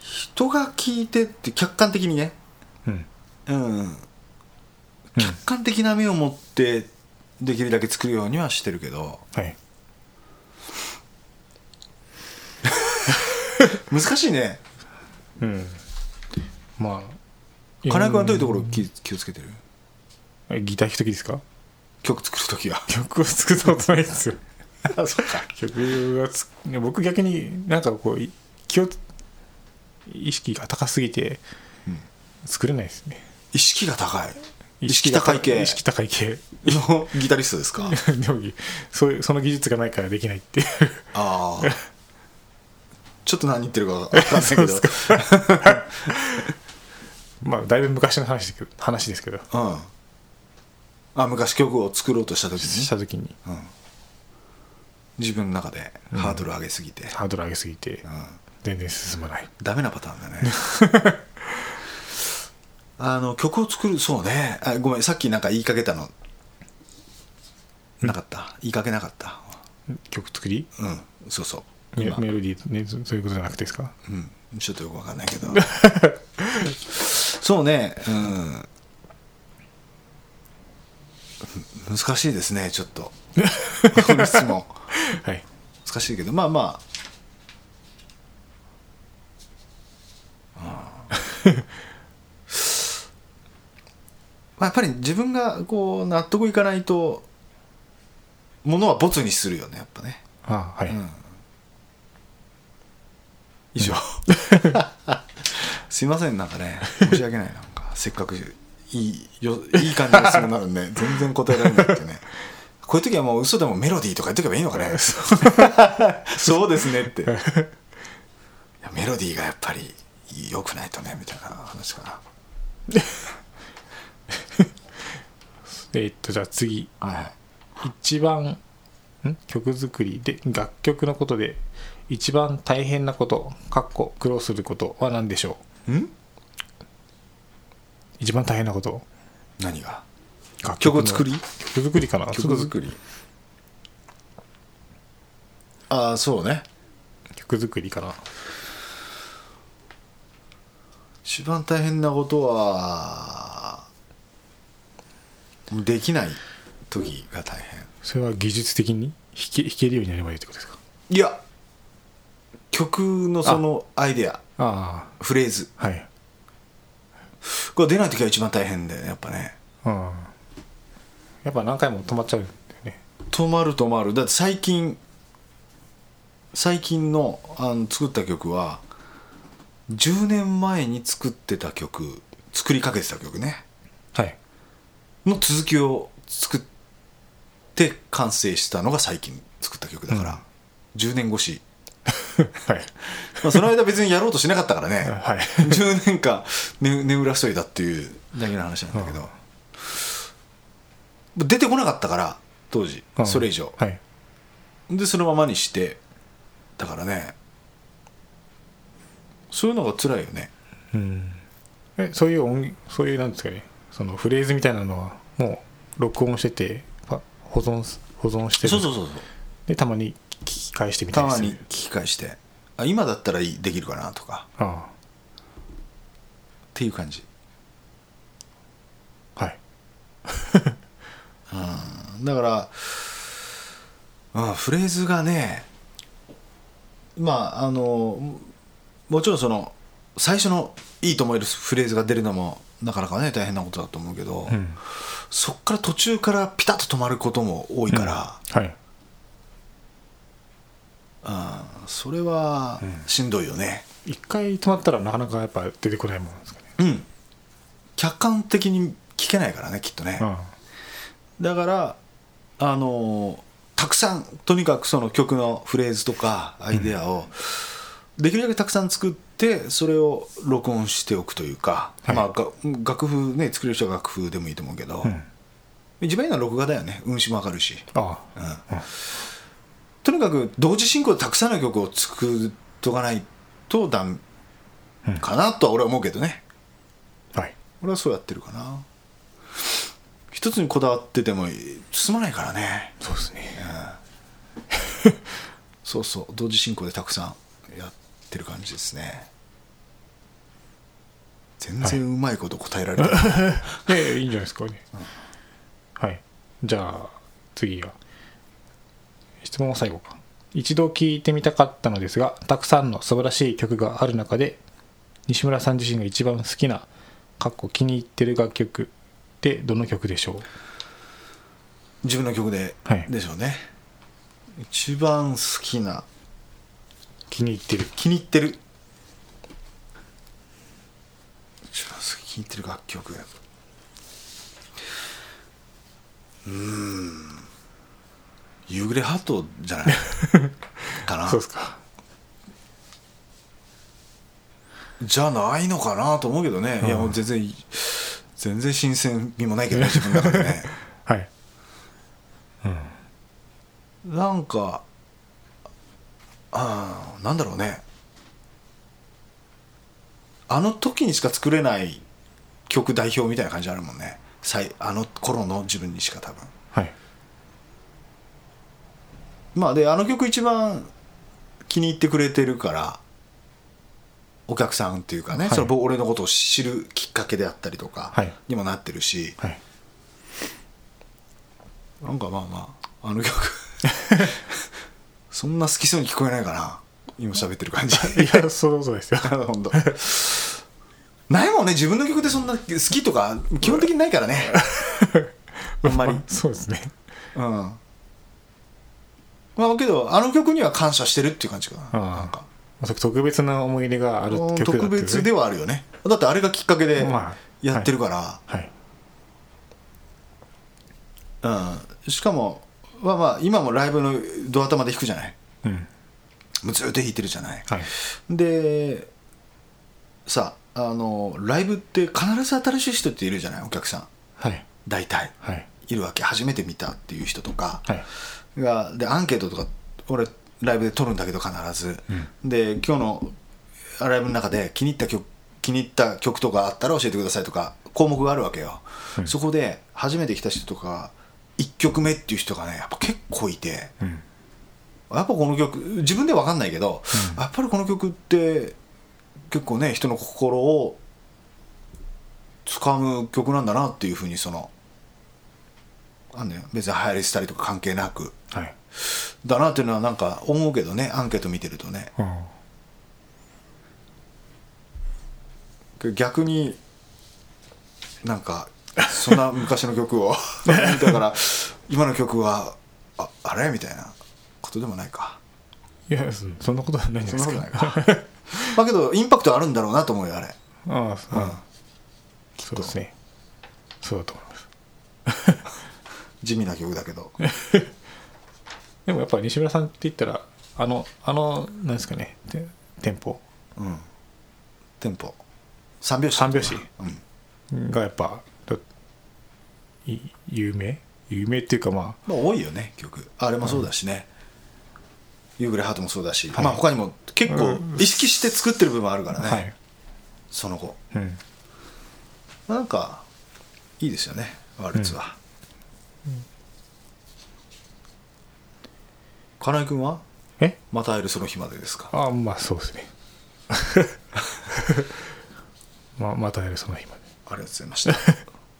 Speaker 2: 人が聞いてって客観的にね
Speaker 3: うん
Speaker 2: うん客観的な目を持ってできるだけ作るようにはしてるけど
Speaker 3: はい
Speaker 2: 難しいね
Speaker 3: うんまあ
Speaker 2: 金井君はどういうところ気気をつけてる
Speaker 3: ろギター弾く時ですか
Speaker 2: 曲作るときは
Speaker 3: 曲を作ったことないですよ
Speaker 2: [LAUGHS]
Speaker 3: [LAUGHS]
Speaker 2: あそっか
Speaker 3: 曲がつ僕逆になんかこうい気を意識が高すぎて作れないですね
Speaker 2: 意識が高い意識高い系
Speaker 3: 意識高い系
Speaker 2: の [LAUGHS] ギタリストです
Speaker 3: [LAUGHS]
Speaker 2: か
Speaker 3: でもそういうその技術がないからできないっていう [LAUGHS]
Speaker 2: ああちょっと何言ってるか分かんないけ
Speaker 3: そ
Speaker 2: ど
Speaker 3: うですかまあだいぶ昔の話ですけど話ですけど
Speaker 2: うんあ昔曲を作ろうとした時
Speaker 3: し
Speaker 2: に
Speaker 3: た時に
Speaker 2: 自分の中でハードル上げすぎて、
Speaker 3: ハードル上げすぎて
Speaker 2: うん
Speaker 3: 全然進まない
Speaker 2: ダメなパターンだね
Speaker 3: [LAUGHS]
Speaker 2: あの曲を作るそうねあごめんさっきなんか言いかけたのなかった、言いかけなかった
Speaker 3: 曲作り
Speaker 2: うんそうそう
Speaker 3: メメロディーねそそういうことじゃなくてですか
Speaker 2: うん、ちょっとよくわかんないけどそうねうん難しいですねちょっとこの質問
Speaker 3: はい
Speaker 2: 難しいけどまあまあ、うんまあやっぱり自分がこう納得いかないとものはボツにするよねやっぱね
Speaker 3: ああはい、
Speaker 2: ん以上 [LAUGHS] すいませんなんかね申し訳ないなんかせっかくいいよいい感じの質問なのにね全然答えられないっていうねこういう時はもう嘘でもメロディーとか言っとけばいいのか [LAUGHS] ねそうですねっていやメロディーがやっぱり良くないとねみたいな話かな
Speaker 3: えーっとじゃあ次
Speaker 2: はいはい
Speaker 3: 一番ん曲作りで楽曲のことで一番大変なことかっこ苦労することは何でしょ
Speaker 2: ん
Speaker 3: う一番大変なこと
Speaker 2: 何が
Speaker 3: 楽
Speaker 2: 曲
Speaker 3: の
Speaker 2: 作り
Speaker 3: 曲作りかな
Speaker 2: 曲作りああそうね
Speaker 3: 曲作りかな
Speaker 2: 一番大変なことはできない時が大変
Speaker 3: それは技術的に弾け弾けるようになればいいってことですか
Speaker 2: いや曲のそのアイデア
Speaker 3: あ
Speaker 2: フレーズ
Speaker 3: あはい
Speaker 2: これ出ない時が一番大変だよねやっぱね
Speaker 3: うんやっぱ何回も止まっちゃうんだよね
Speaker 2: 止まる止まるだって最近最近のあの作った曲は10年前に作ってた曲作りかけてた曲ね
Speaker 3: はい
Speaker 2: の続きを作って完成したのが最近作った曲だから、10年越し、
Speaker 3: はい
Speaker 2: まあ、その間別にやろうとしなかったからね、
Speaker 3: [LAUGHS]
Speaker 2: [LAUGHS]
Speaker 3: はい
Speaker 2: 10年間、ね、眠らしといたっていうだけの話なんだけど、出てこなかったから当時、
Speaker 3: うん
Speaker 2: それ以上、
Speaker 3: はい
Speaker 2: でそのままにしてだからねそういうのが辛いよね
Speaker 3: うんえそういう音そういうなんですかねそのフレーズみたいなのはもう録音しててパ保存す保存してる
Speaker 2: そうそうそうそう
Speaker 3: でたまに聞き返してみた
Speaker 2: た
Speaker 3: り
Speaker 2: ます
Speaker 3: る
Speaker 2: に聞き返してあ今だったらいいできるかなとか
Speaker 3: あ
Speaker 2: っていう感じ
Speaker 3: あはい
Speaker 2: だから、うん、フレーズがねまああのもちろんその最初のいいと思えるフレーズが出るのもなかなかね大変なことだと思うけど、
Speaker 3: うん
Speaker 2: そっから途中からピタッと止まることも多いから、
Speaker 3: はい
Speaker 2: うんそれはしんどいよね
Speaker 3: 一回止まったらなかなかやっぱ出てこないものなんですかね
Speaker 2: うん、客観的に聞けないからねきっとね、
Speaker 3: あ
Speaker 2: だからあのーたくさんとにかくその曲のフレーズとかアイデアを、できるだけたくさん作ってそれを録音しておくというか、
Speaker 3: はい
Speaker 2: まあが楽譜ね作れる人は楽譜でもいいと思うけど、
Speaker 3: あうん
Speaker 2: 一番いいのは録画だよね運指もわかるし、
Speaker 3: あ
Speaker 2: うん
Speaker 3: あ
Speaker 2: とにかく同時進行でたくさんの曲を作っとかないとダメ
Speaker 3: うん
Speaker 2: かなとは俺は思うけどね、
Speaker 3: あはい
Speaker 2: 俺はそうやってるかな一つにこだわってても進まないからね
Speaker 3: そうですね
Speaker 2: そうそう同時進行でたくさんやってる感じですね全然うまいこと答えられない、
Speaker 3: いやいやいいんじゃないですかね、はいじゃあ次は質問は最後か一度聴いてみたかったのですがたくさんの素晴らしい曲がある中で西村さん自身が一番好きなかっこ気に入ってる楽曲ってどの曲でしょう
Speaker 2: [LAUGHS] 自分の曲で、
Speaker 3: はい
Speaker 2: でしょうね一番好きな
Speaker 3: 気に入ってる
Speaker 2: 気に入ってる一番好き気に入ってる楽曲うーん夕暮れハートじゃないかな
Speaker 3: [LAUGHS] そうですか
Speaker 2: じゃないのかなと思うけどね、いやもう全然全然新鮮味もないけどね自分の中でね [LAUGHS]
Speaker 3: はい
Speaker 2: なんかあーなんだろうねあの時にしか作れない曲代表みたいな感じあるもんね最あの頃の自分にしか多分
Speaker 3: はい
Speaker 2: まあであの曲一番気に入ってくれてるからお客さんっていうかね、
Speaker 3: はい
Speaker 2: その僕俺のことを知るきっかけであったりとか
Speaker 3: はい
Speaker 2: にもなってるし、 [LAUGHS]
Speaker 3: はい
Speaker 2: なんかまあまああの曲そんな好きそうに聞こえないかな今喋ってる感じ
Speaker 3: いやそうそうですよ
Speaker 2: あの本当ないもんね自分の曲でそんな好きとか基本的にないからねあん
Speaker 3: [LAUGHS]
Speaker 2: まりうん
Speaker 3: そうですね
Speaker 2: まあけどあの曲には感謝してるっていう感じかな
Speaker 3: ああ
Speaker 2: なんか
Speaker 3: 特別な思い入れがある曲だっていう
Speaker 2: 特別ではあるよねだってあれがきっかけで
Speaker 3: まあ
Speaker 2: やってるから、
Speaker 3: はい
Speaker 2: うん、しかもまあまあ今もライブのドア頭で弾くじゃない
Speaker 3: うん
Speaker 2: もうずっと弾いてるじゃない
Speaker 3: はい
Speaker 2: でさああのライブって必ず新しい人っているじゃないお客さん
Speaker 3: はい
Speaker 2: 大体
Speaker 3: はい
Speaker 2: いるわけ初めて見たっていう人とか
Speaker 3: はい
Speaker 2: がでアンケートとか俺ライブで撮るんだけど必ず、で今日のライブの中で気に入った曲気に入った曲とかあったら教えてくださいとか項目があるわけよ、そこで初めて来た人とか1曲目っていう人がねやっぱ結構いて、
Speaker 3: ん
Speaker 2: やっぱこの曲自分では分かんないけど、やっぱりこの曲って結構ね人の心を掴む曲なんだなっていうふうにそのあんのよ別に流行りしたりとか関係なく
Speaker 3: はい
Speaker 2: だなっていうのはなんか思うけどねアンケート見てるとね
Speaker 3: あ
Speaker 2: 逆になんかそんな昔の曲
Speaker 3: [LAUGHS]
Speaker 2: をだから今の曲はああれみたいなことでもないか
Speaker 3: ーいやそそんなことはないんじゃないですか
Speaker 2: そんなこまあけどインパクトあるんだろうなと思うよあれ
Speaker 3: ああそう,、
Speaker 2: うん
Speaker 3: そうですねそうだと思います
Speaker 2: 地味な曲だけ
Speaker 3: [LAUGHS]
Speaker 2: ど
Speaker 3: でもやっぱ西村さんって言ったらあのあのなんですかねて店舗
Speaker 2: うんテンポ三拍子
Speaker 3: 三拍子
Speaker 2: うん
Speaker 3: がやっぱどい有名有名っていうかま
Speaker 2: まあ多いよね曲あれもそうだしね、夕暮れハートもそうだし、
Speaker 3: はい
Speaker 2: まあ他にも結構
Speaker 3: うん
Speaker 2: 意識して作ってる部分もあるから
Speaker 3: あ
Speaker 2: ね、
Speaker 3: はい、
Speaker 2: その後
Speaker 3: うん、
Speaker 2: まあなんかいいですよねワルツは、金井君は
Speaker 3: え
Speaker 2: また会えるその日までですか
Speaker 3: あまあそう [LAUGHS] ですねまあまたやるその日まで
Speaker 2: ありがとうございました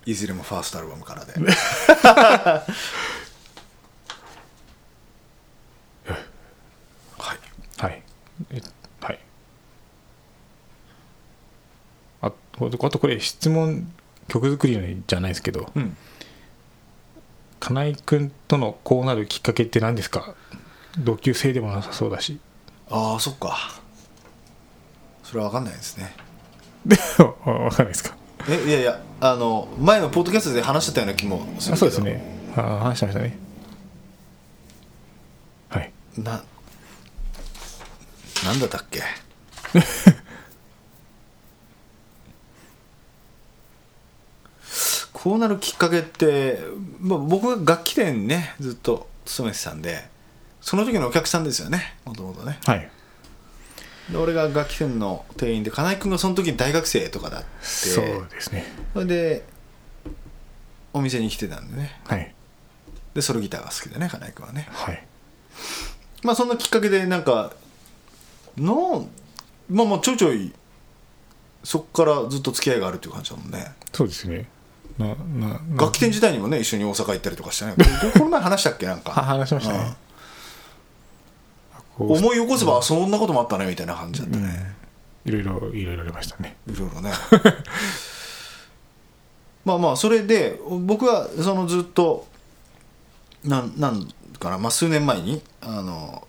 Speaker 2: いずれもファーストアルバムからで [LAUGHS] はい
Speaker 3: はいえはいあこあとこれ質問曲作りのじゃないですけど
Speaker 2: うん
Speaker 3: 金井君とのこうなるきっかけって何ですか同級生でもなさそうだし [LAUGHS]
Speaker 2: ああそっかそれは分かんないですね
Speaker 3: でもあわかんないですか
Speaker 2: えいやいやあの前のポッドキャストで話してたような気もするけど
Speaker 3: あそうですねあ話してましたねはい
Speaker 2: ななんだったっ
Speaker 3: [LAUGHS]
Speaker 2: けこうなるきっかけって、まあ、僕が楽器店ねずっと勤めてたんでその時のお客さんですよねもともとね
Speaker 3: はい
Speaker 2: で俺が楽器店の店員で金井君がその時大学生とかだって
Speaker 3: そうですね
Speaker 2: それでお店に来てたんでね
Speaker 3: はい
Speaker 2: でソロギターが好きでね金井君はね
Speaker 3: はい
Speaker 2: まあそんなきっかけでなんかのまあまあちょいちょいそこからずっと付き合いがあるっていう感じだもんね
Speaker 3: そうですねななな
Speaker 2: 楽器店自体にもね一緒に大阪行ったりとかしてねここの前話したっけなん
Speaker 3: は [LAUGHS]
Speaker 2: か
Speaker 3: 話しましたね、こう
Speaker 2: 思い起こせばあそんなこともあったねみたいな感じだったね、
Speaker 3: いろいろいろいろありましたね
Speaker 2: いろいろね [LAUGHS] まあまあそれで僕はそのずっとなんなんかな、まあ、数年前にあの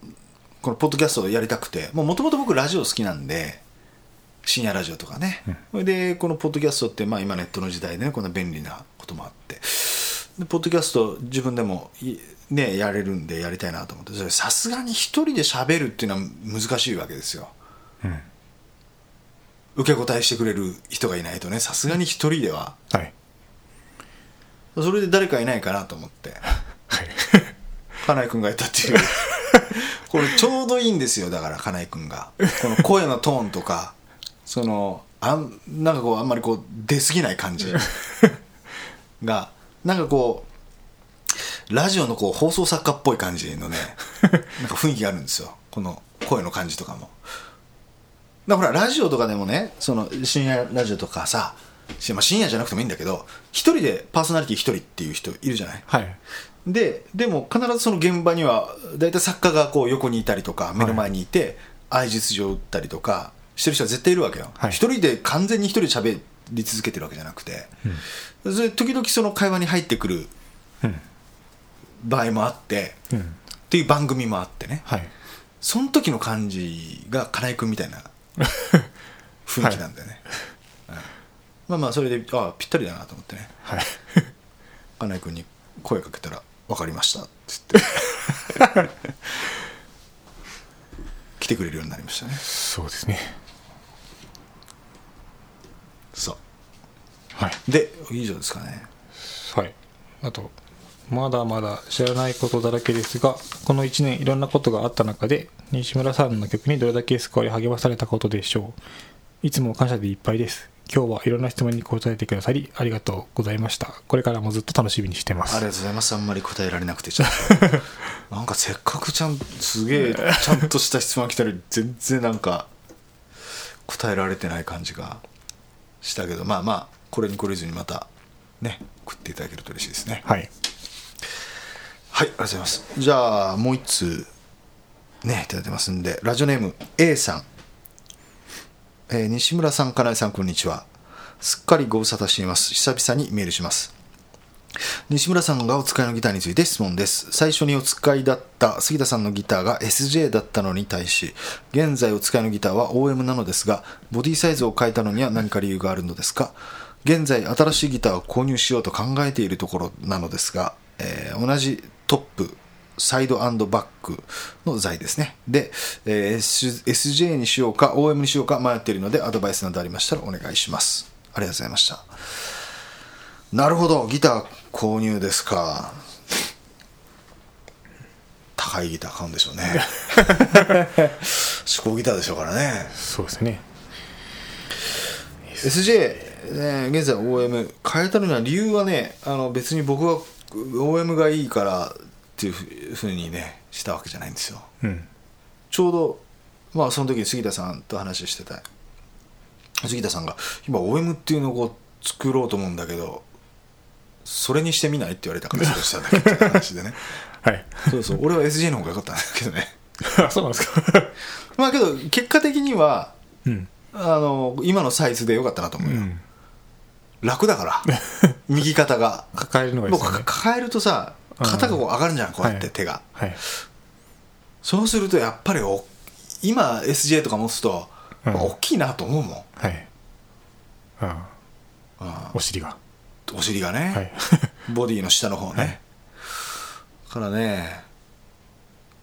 Speaker 2: このポッドキャストをやりたくてもともと僕ラジオ好きなんで深夜ラジオとかね、それでこのポッドキャストって、まあ、今ネットの時代でねこんな便利なこともあってでポッドキャスト自分でもいねやれるんでやりたいなと思ってそれさすがに一人で喋るっていうのは難しいわけですよ
Speaker 3: うん
Speaker 2: 受け答えしてくれる人がいないとねさすがに一人では
Speaker 3: はい
Speaker 2: それで誰かいないかなと思って
Speaker 3: はい
Speaker 2: 金井君がいたっていうこれちょうどいいんですよだから金井君がこの声のトーンとかそのあんなんかこうあんまりこう出過ぎない感じがなんかこうラジオのこう放送作家っぽい感じのねなんか雰囲気があるんですよこの声の感じとかもだからほらラジオとかでもねその深夜ラジオとかさ、まあ、深夜じゃなくてもいいんだけど一人でパーソナリティ一人っていう人いるじゃない
Speaker 3: はい
Speaker 2: ででも必ずその現場には大体作家がこう横にいたりとか目の前にいて相実上打ったりとかしてる人は絶対いるわけよ一、
Speaker 3: はい
Speaker 2: 人で完全に一人で喋り続けてるわけじゃなくて、それで時々その会話に入ってくる
Speaker 3: うん
Speaker 2: 場合もあって、
Speaker 3: う
Speaker 2: っ
Speaker 3: ん
Speaker 2: ていう番組もあってね
Speaker 3: はい
Speaker 2: その時の感じが金井君みたい
Speaker 3: [LAUGHS]
Speaker 2: な雰囲気なんだよね、うんまあまあそれでああぴったりだなと思ってね
Speaker 3: はい
Speaker 2: 金井君に声かけたら「分かりました」っつって [LAUGHS] 来てくれるようになりましたね
Speaker 3: そうですね
Speaker 2: そ
Speaker 3: はい、
Speaker 2: うで以上ですかね
Speaker 3: はい、あとまだまだ知らないことだらけですがこの1年いろんなことがあった中で西村さんの曲にどれだけ救われ励まされたことでしょういつも感謝でいっぱいです今日はいろんな質問に答えてくださりありがとうございましたこれからもずっと楽しみにしてま
Speaker 2: ありがと
Speaker 3: す
Speaker 2: うございますあんまり答えられなくてちょっ [LAUGHS] となんかせっかくちゃんすげえちゃんとした質問が来たのに全然なんか答えられてない感じがしたけどまあまあこれに懲りずにまたね送っていただけると嬉しいですね
Speaker 3: はい
Speaker 2: はい、ありがとうございます。じゃあ、もう一通、ね、いただいてますんで、ラジオネーム A さん。えー西村さん、金井さん、こんにちは。すっかりご無沙汰しています。久々にメールします。西村さんがお使いのギターについて質問です。最初にお使いだった杉田さんのギターが SJ だったのに対し、現在お使いのギターは OM なのですが、ボディサイズを変えたのには何か理由があるのですか現在新しいギターを購入しようと考えているところなのですが、えー同じトップ、サイドバックの材ですね。で、えー S- SJ にしようか OM にしようか迷っているのでアドバイスなどありましたらお願いします。ありがとうございました。なるほどギター購入ですか高いギター買うんでしょうね手工ギターでしょうからね
Speaker 3: そうですね
Speaker 2: SJ、ね、現在 OM 変えたのには理由はねあの別に僕は OM がいいからっていうふうにねしたわけじゃないんですよ
Speaker 3: うん
Speaker 2: ちょうど、まあ、その時に杉田さんと話してた杉田さんが今 OM っていうのをこう作ろうと思うんだけどそれにしてみないって言われたからそれしただけっていう話
Speaker 3: [LAUGHS]
Speaker 2: でね
Speaker 3: はい
Speaker 2: そうそう俺は SJ の方が良かったんだけどね
Speaker 3: あそうなんですか
Speaker 2: まあけど結果的には
Speaker 3: うん
Speaker 2: あの今のサイズで良かったなと思う
Speaker 3: う
Speaker 2: よ、
Speaker 3: ん
Speaker 2: 楽だ
Speaker 3: [LAUGHS]
Speaker 2: から右肩が
Speaker 3: 抱えるのがいい
Speaker 2: もう
Speaker 3: ですよ
Speaker 2: か
Speaker 3: ね
Speaker 2: 抱えるとさ肩がこう上がるじゃんこうやっ
Speaker 3: は
Speaker 2: て
Speaker 3: い
Speaker 2: 手が、
Speaker 3: はい
Speaker 2: そうするとやっぱりお今 SJ とか持つと、
Speaker 3: うん
Speaker 2: 大きいなと思うもん
Speaker 3: はいあ
Speaker 2: あ
Speaker 3: あお尻が
Speaker 2: ーお尻がね、
Speaker 3: はい
Speaker 2: ボディの下の方ね、
Speaker 3: はい
Speaker 2: だからね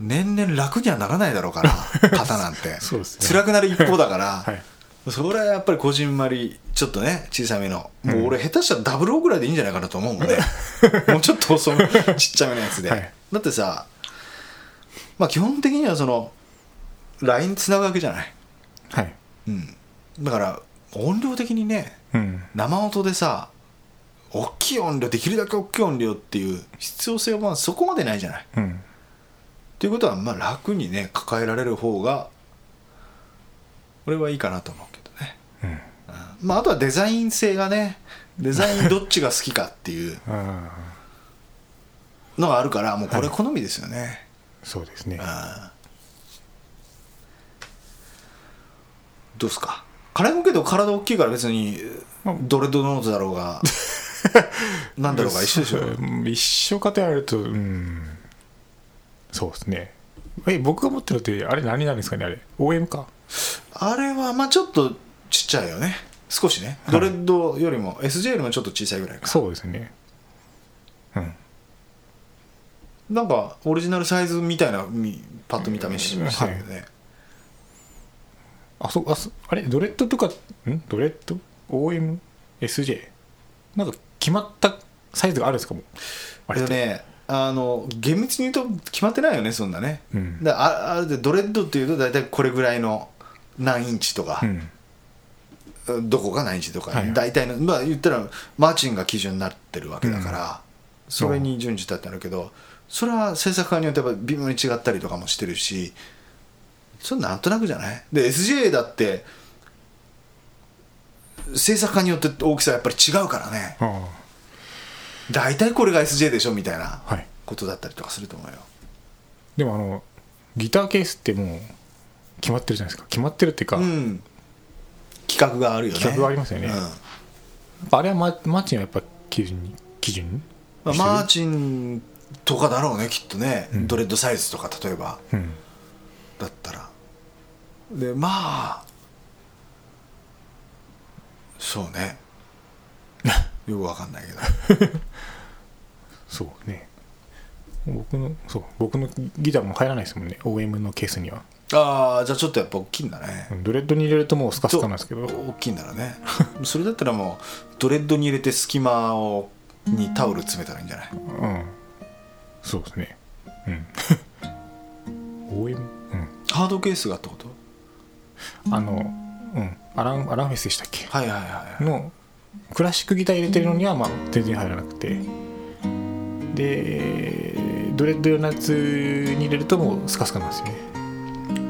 Speaker 2: 年々楽にはならないだろうから
Speaker 3: [LAUGHS]
Speaker 2: 肩なんて
Speaker 3: そうですね
Speaker 2: 辛くなる一方だから、
Speaker 3: [LAUGHS] はい
Speaker 2: それはやっぱりこじんまりちょっとね小さめのもう俺下手したらダブルオぐらいでいいんじゃないかなと思う
Speaker 3: [LAUGHS]
Speaker 2: もんねもうちょっと細めちっちゃめのやつで、
Speaker 3: はい
Speaker 2: だってさまあ基本的にはそのラインつなぐわけじゃない、
Speaker 3: はい
Speaker 2: うん、だから音量的にね
Speaker 3: うん
Speaker 2: 生音でさ大きい音量できるだけ大きい音量っていう必要性はまあそこまでないじゃない。
Speaker 3: うん
Speaker 2: ということはまあ楽にね抱えられる方が俺はいいかなと思うけどね、
Speaker 3: うん
Speaker 2: うんまあ、あとはデザイン性がねデザインどっちが好きかっていう
Speaker 3: あ
Speaker 2: のがある
Speaker 3: [LAUGHS]
Speaker 2: からもうこれ好みですよね、
Speaker 3: あそうですね
Speaker 2: どうですか辛いもけど体大きいから別に
Speaker 3: まあ
Speaker 2: どれどのだろう
Speaker 3: [LAUGHS]
Speaker 2: がなんだろうが一緒でしょ
Speaker 3: うん一緒かとやるとうんそうですねえ僕が持ってるのってあれ何なんですかねあれ OM か
Speaker 2: あれはまあちょっとちっちゃいよね少しねドレッドよりも SJ よりもちょっと小さいぐらいか
Speaker 3: そうですねうん
Speaker 2: なんかオリジナルサイズみたいなみパッと見た目し
Speaker 3: うん
Speaker 2: してるよね、
Speaker 3: あそうあそあれドレッドとかんドレッド ?OMSJ なんか決まったサイズがあるんですかもう
Speaker 2: え
Speaker 3: あれ
Speaker 2: っ
Speaker 3: っ
Speaker 2: と
Speaker 3: て
Speaker 2: ねあの厳密に言うと決まってないよねそんなね、
Speaker 3: うん
Speaker 2: だああれでドレッドっていうと大体これぐらいの何インチとか
Speaker 3: う、ん
Speaker 2: どこが何インチとか、
Speaker 3: はい
Speaker 2: 大体のまあ言ったらマーチンが基準になってるわけだから、それに順次立ってあるけどそれは制作家によってやっぱ微妙に違ったりとかもしてるしそれなんとなくじゃないで SJ だって制作家によって大きさやっぱり違うからね
Speaker 3: ああ
Speaker 2: 大体これが SJ でしょみたいな
Speaker 3: はい
Speaker 2: ことだったりとかすると思うよ
Speaker 3: でもあのギターケースってもう決まってるじゃないですか決まってるっていうか、
Speaker 2: うん、企画があるよね
Speaker 3: 企画がありますよね
Speaker 2: うん
Speaker 3: あれはママーチンはやっぱ基準に基準に
Speaker 2: まあ、マーチンとかだろうねきっとね、
Speaker 3: ん
Speaker 2: ドレッドサイズとか例えば
Speaker 3: うん
Speaker 2: だったらでまあそうね [LAUGHS] よくわかんないけど
Speaker 3: そうね僕のそう僕のギターも入らないですもんね OM のケースには
Speaker 2: ああじゃあちょっとやっぱ大きいんだね、
Speaker 3: ドレッドに入れるともうスカスカなんですけど
Speaker 2: 大きいんだろう [LAUGHS] ねそれだったらもうドレッドに入れて隙間をにタオル詰めたらいいんじゃない
Speaker 3: うんそうですね [LAUGHS] うん OM う
Speaker 2: ハードケースがってこと
Speaker 3: んあのうんアランアランフェスでしたっけ
Speaker 2: はいはいはい
Speaker 3: のクラシックギター入れてるのにはまあ全然入らなくてでドレッド用のやつに入れるともうスカスカなんですよね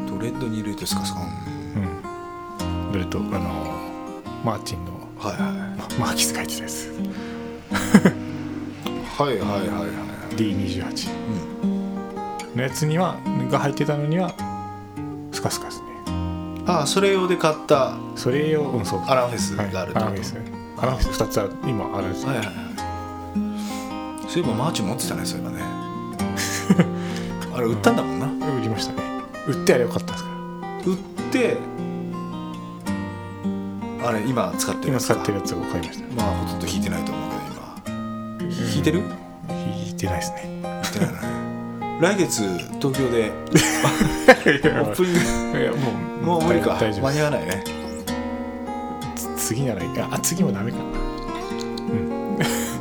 Speaker 2: ドレッドに入れてスカスカ、
Speaker 3: うんドレッドあのマーチンの
Speaker 2: はいは
Speaker 3: まマーキス書いてたやつ
Speaker 2: いはいはいはいはい
Speaker 3: D28
Speaker 2: う
Speaker 3: のやつにはが入ってたのにはスカスカですね
Speaker 2: ん、ああそれ用で買ったは
Speaker 3: それをうんそう
Speaker 2: アランフェスがあるってこと
Speaker 3: はい、アランフェスアランフェス2つある今あるんです
Speaker 2: い
Speaker 3: よ
Speaker 2: はいはいそういえばマーチ持ってたねそういえば
Speaker 3: [LAUGHS]
Speaker 2: ねあれ売ったんだもんな、
Speaker 3: 売りましたね売ってあれよかったんですから
Speaker 2: 売ってあれ今使ってる
Speaker 3: 今
Speaker 2: やつか
Speaker 3: 使ってるやつを買いました
Speaker 2: まあほとんど弾いてないと思うけど今弾いてる弾
Speaker 3: 引いてないですね
Speaker 2: いてないな来月東京で
Speaker 3: いや
Speaker 2: オープニング
Speaker 3: いやもう
Speaker 2: もう無理か
Speaker 3: 大丈夫
Speaker 2: 間に合わないね
Speaker 3: 次ならいいあ次もダメか [LAUGHS] な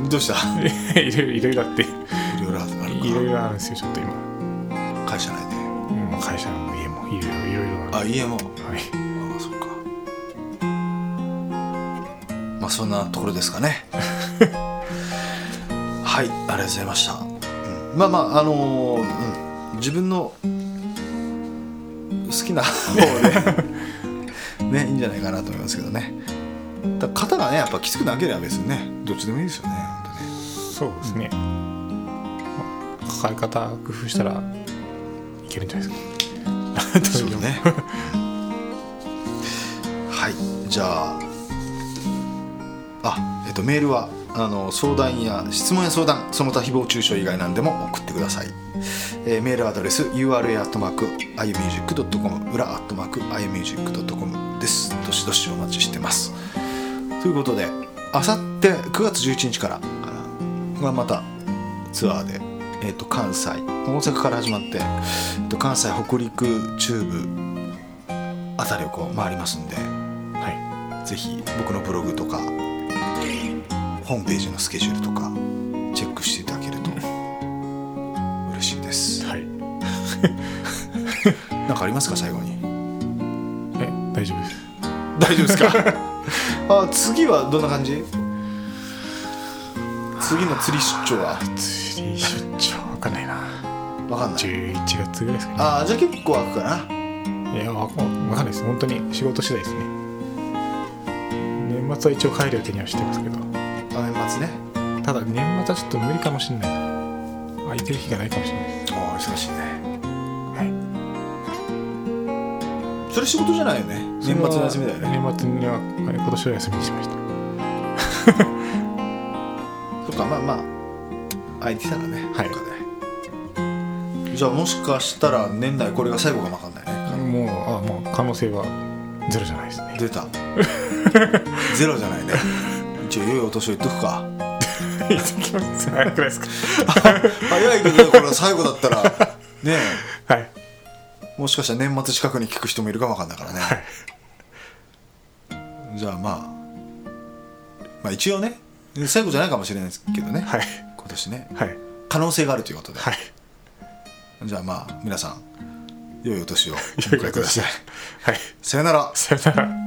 Speaker 2: どう
Speaker 3: [LAUGHS]
Speaker 2: した
Speaker 3: いろいろいろいろあって
Speaker 2: いろいろあるか
Speaker 3: いろいろあるんですよちょっと今、
Speaker 2: 会社内で
Speaker 3: うん、会社も家もいろいろいろいろある
Speaker 2: あ家も
Speaker 3: はい
Speaker 2: ああそっかまあそんなところですか [LAUGHS] ねはいありがとうございました、うんまあまああのーうん、自分の好きな [LAUGHS] 方でねいいんじゃないかなと思いますけどねただ肩がねやっぱきつくなければ別にねどっちでもいいですよね本当ね
Speaker 3: そうですね、まあ抱え方工夫したらいけるんじゃないですか
Speaker 2: そうねはいじゃああえっとメールはあの相談や質問や相談その他誹謗中傷以外何でも送ってください、えーメールアドレス URA.imusic.com 裏 .imusic.com ですどしどしお待ちしてますということであさって9月11日からかながまたツアーで、えっと関西大阪から始まって、えっと関西北陸中部あたりをこう回りますんで
Speaker 3: は
Speaker 2: ぜひ僕のブログとかホームページのスケジュールとかチェックしていただけると嬉しいです
Speaker 3: いはい
Speaker 2: 何かありますか最後に
Speaker 3: え大丈夫です
Speaker 2: 大丈夫ですか [LAUGHS] あ次はどんな感じ次の釣り出張は
Speaker 3: 釣り出張わかんないな
Speaker 2: 分かんない
Speaker 3: 11月ぐらいですか
Speaker 2: ああじゃあ結構開くかな
Speaker 3: ねいやわかわかんないです本当に仕事次第ですね年末は一応帰る予定にはしてますけど
Speaker 2: あ年末ね
Speaker 3: ただ年末はちょっと無理かもしれないな空いてる日がないかもしれないです
Speaker 2: ああ忙しいね
Speaker 3: はい
Speaker 2: それ仕事じゃないよね年末の休みだよね
Speaker 3: 年末にははい今年は休みにしましたは
Speaker 2: そっかまあまあ空いてたらね
Speaker 3: はい
Speaker 2: どっかでじゃあもしかしたら年内これが最後かもわかんないね
Speaker 3: もうあもう可能性はゼロじゃないですね
Speaker 2: 出 [LAUGHS] たゼロじゃないね一応良いお年を言っとく [LAUGHS] か
Speaker 3: いつ来ます早くないですか
Speaker 2: 早いけどねこれ最後だったらね
Speaker 3: はい
Speaker 2: えもしかしたら年末近くに聞く人もいるかもわかんないからねじゃあまあまあ一応ね最後じゃないかもしれないですけどね、
Speaker 3: はい
Speaker 2: 今年ね
Speaker 3: はい
Speaker 2: 可能性があるということで、
Speaker 3: はい
Speaker 2: じゃあまあ皆さん良いお年をお迎えください
Speaker 3: はい
Speaker 2: さよなら
Speaker 3: さよなら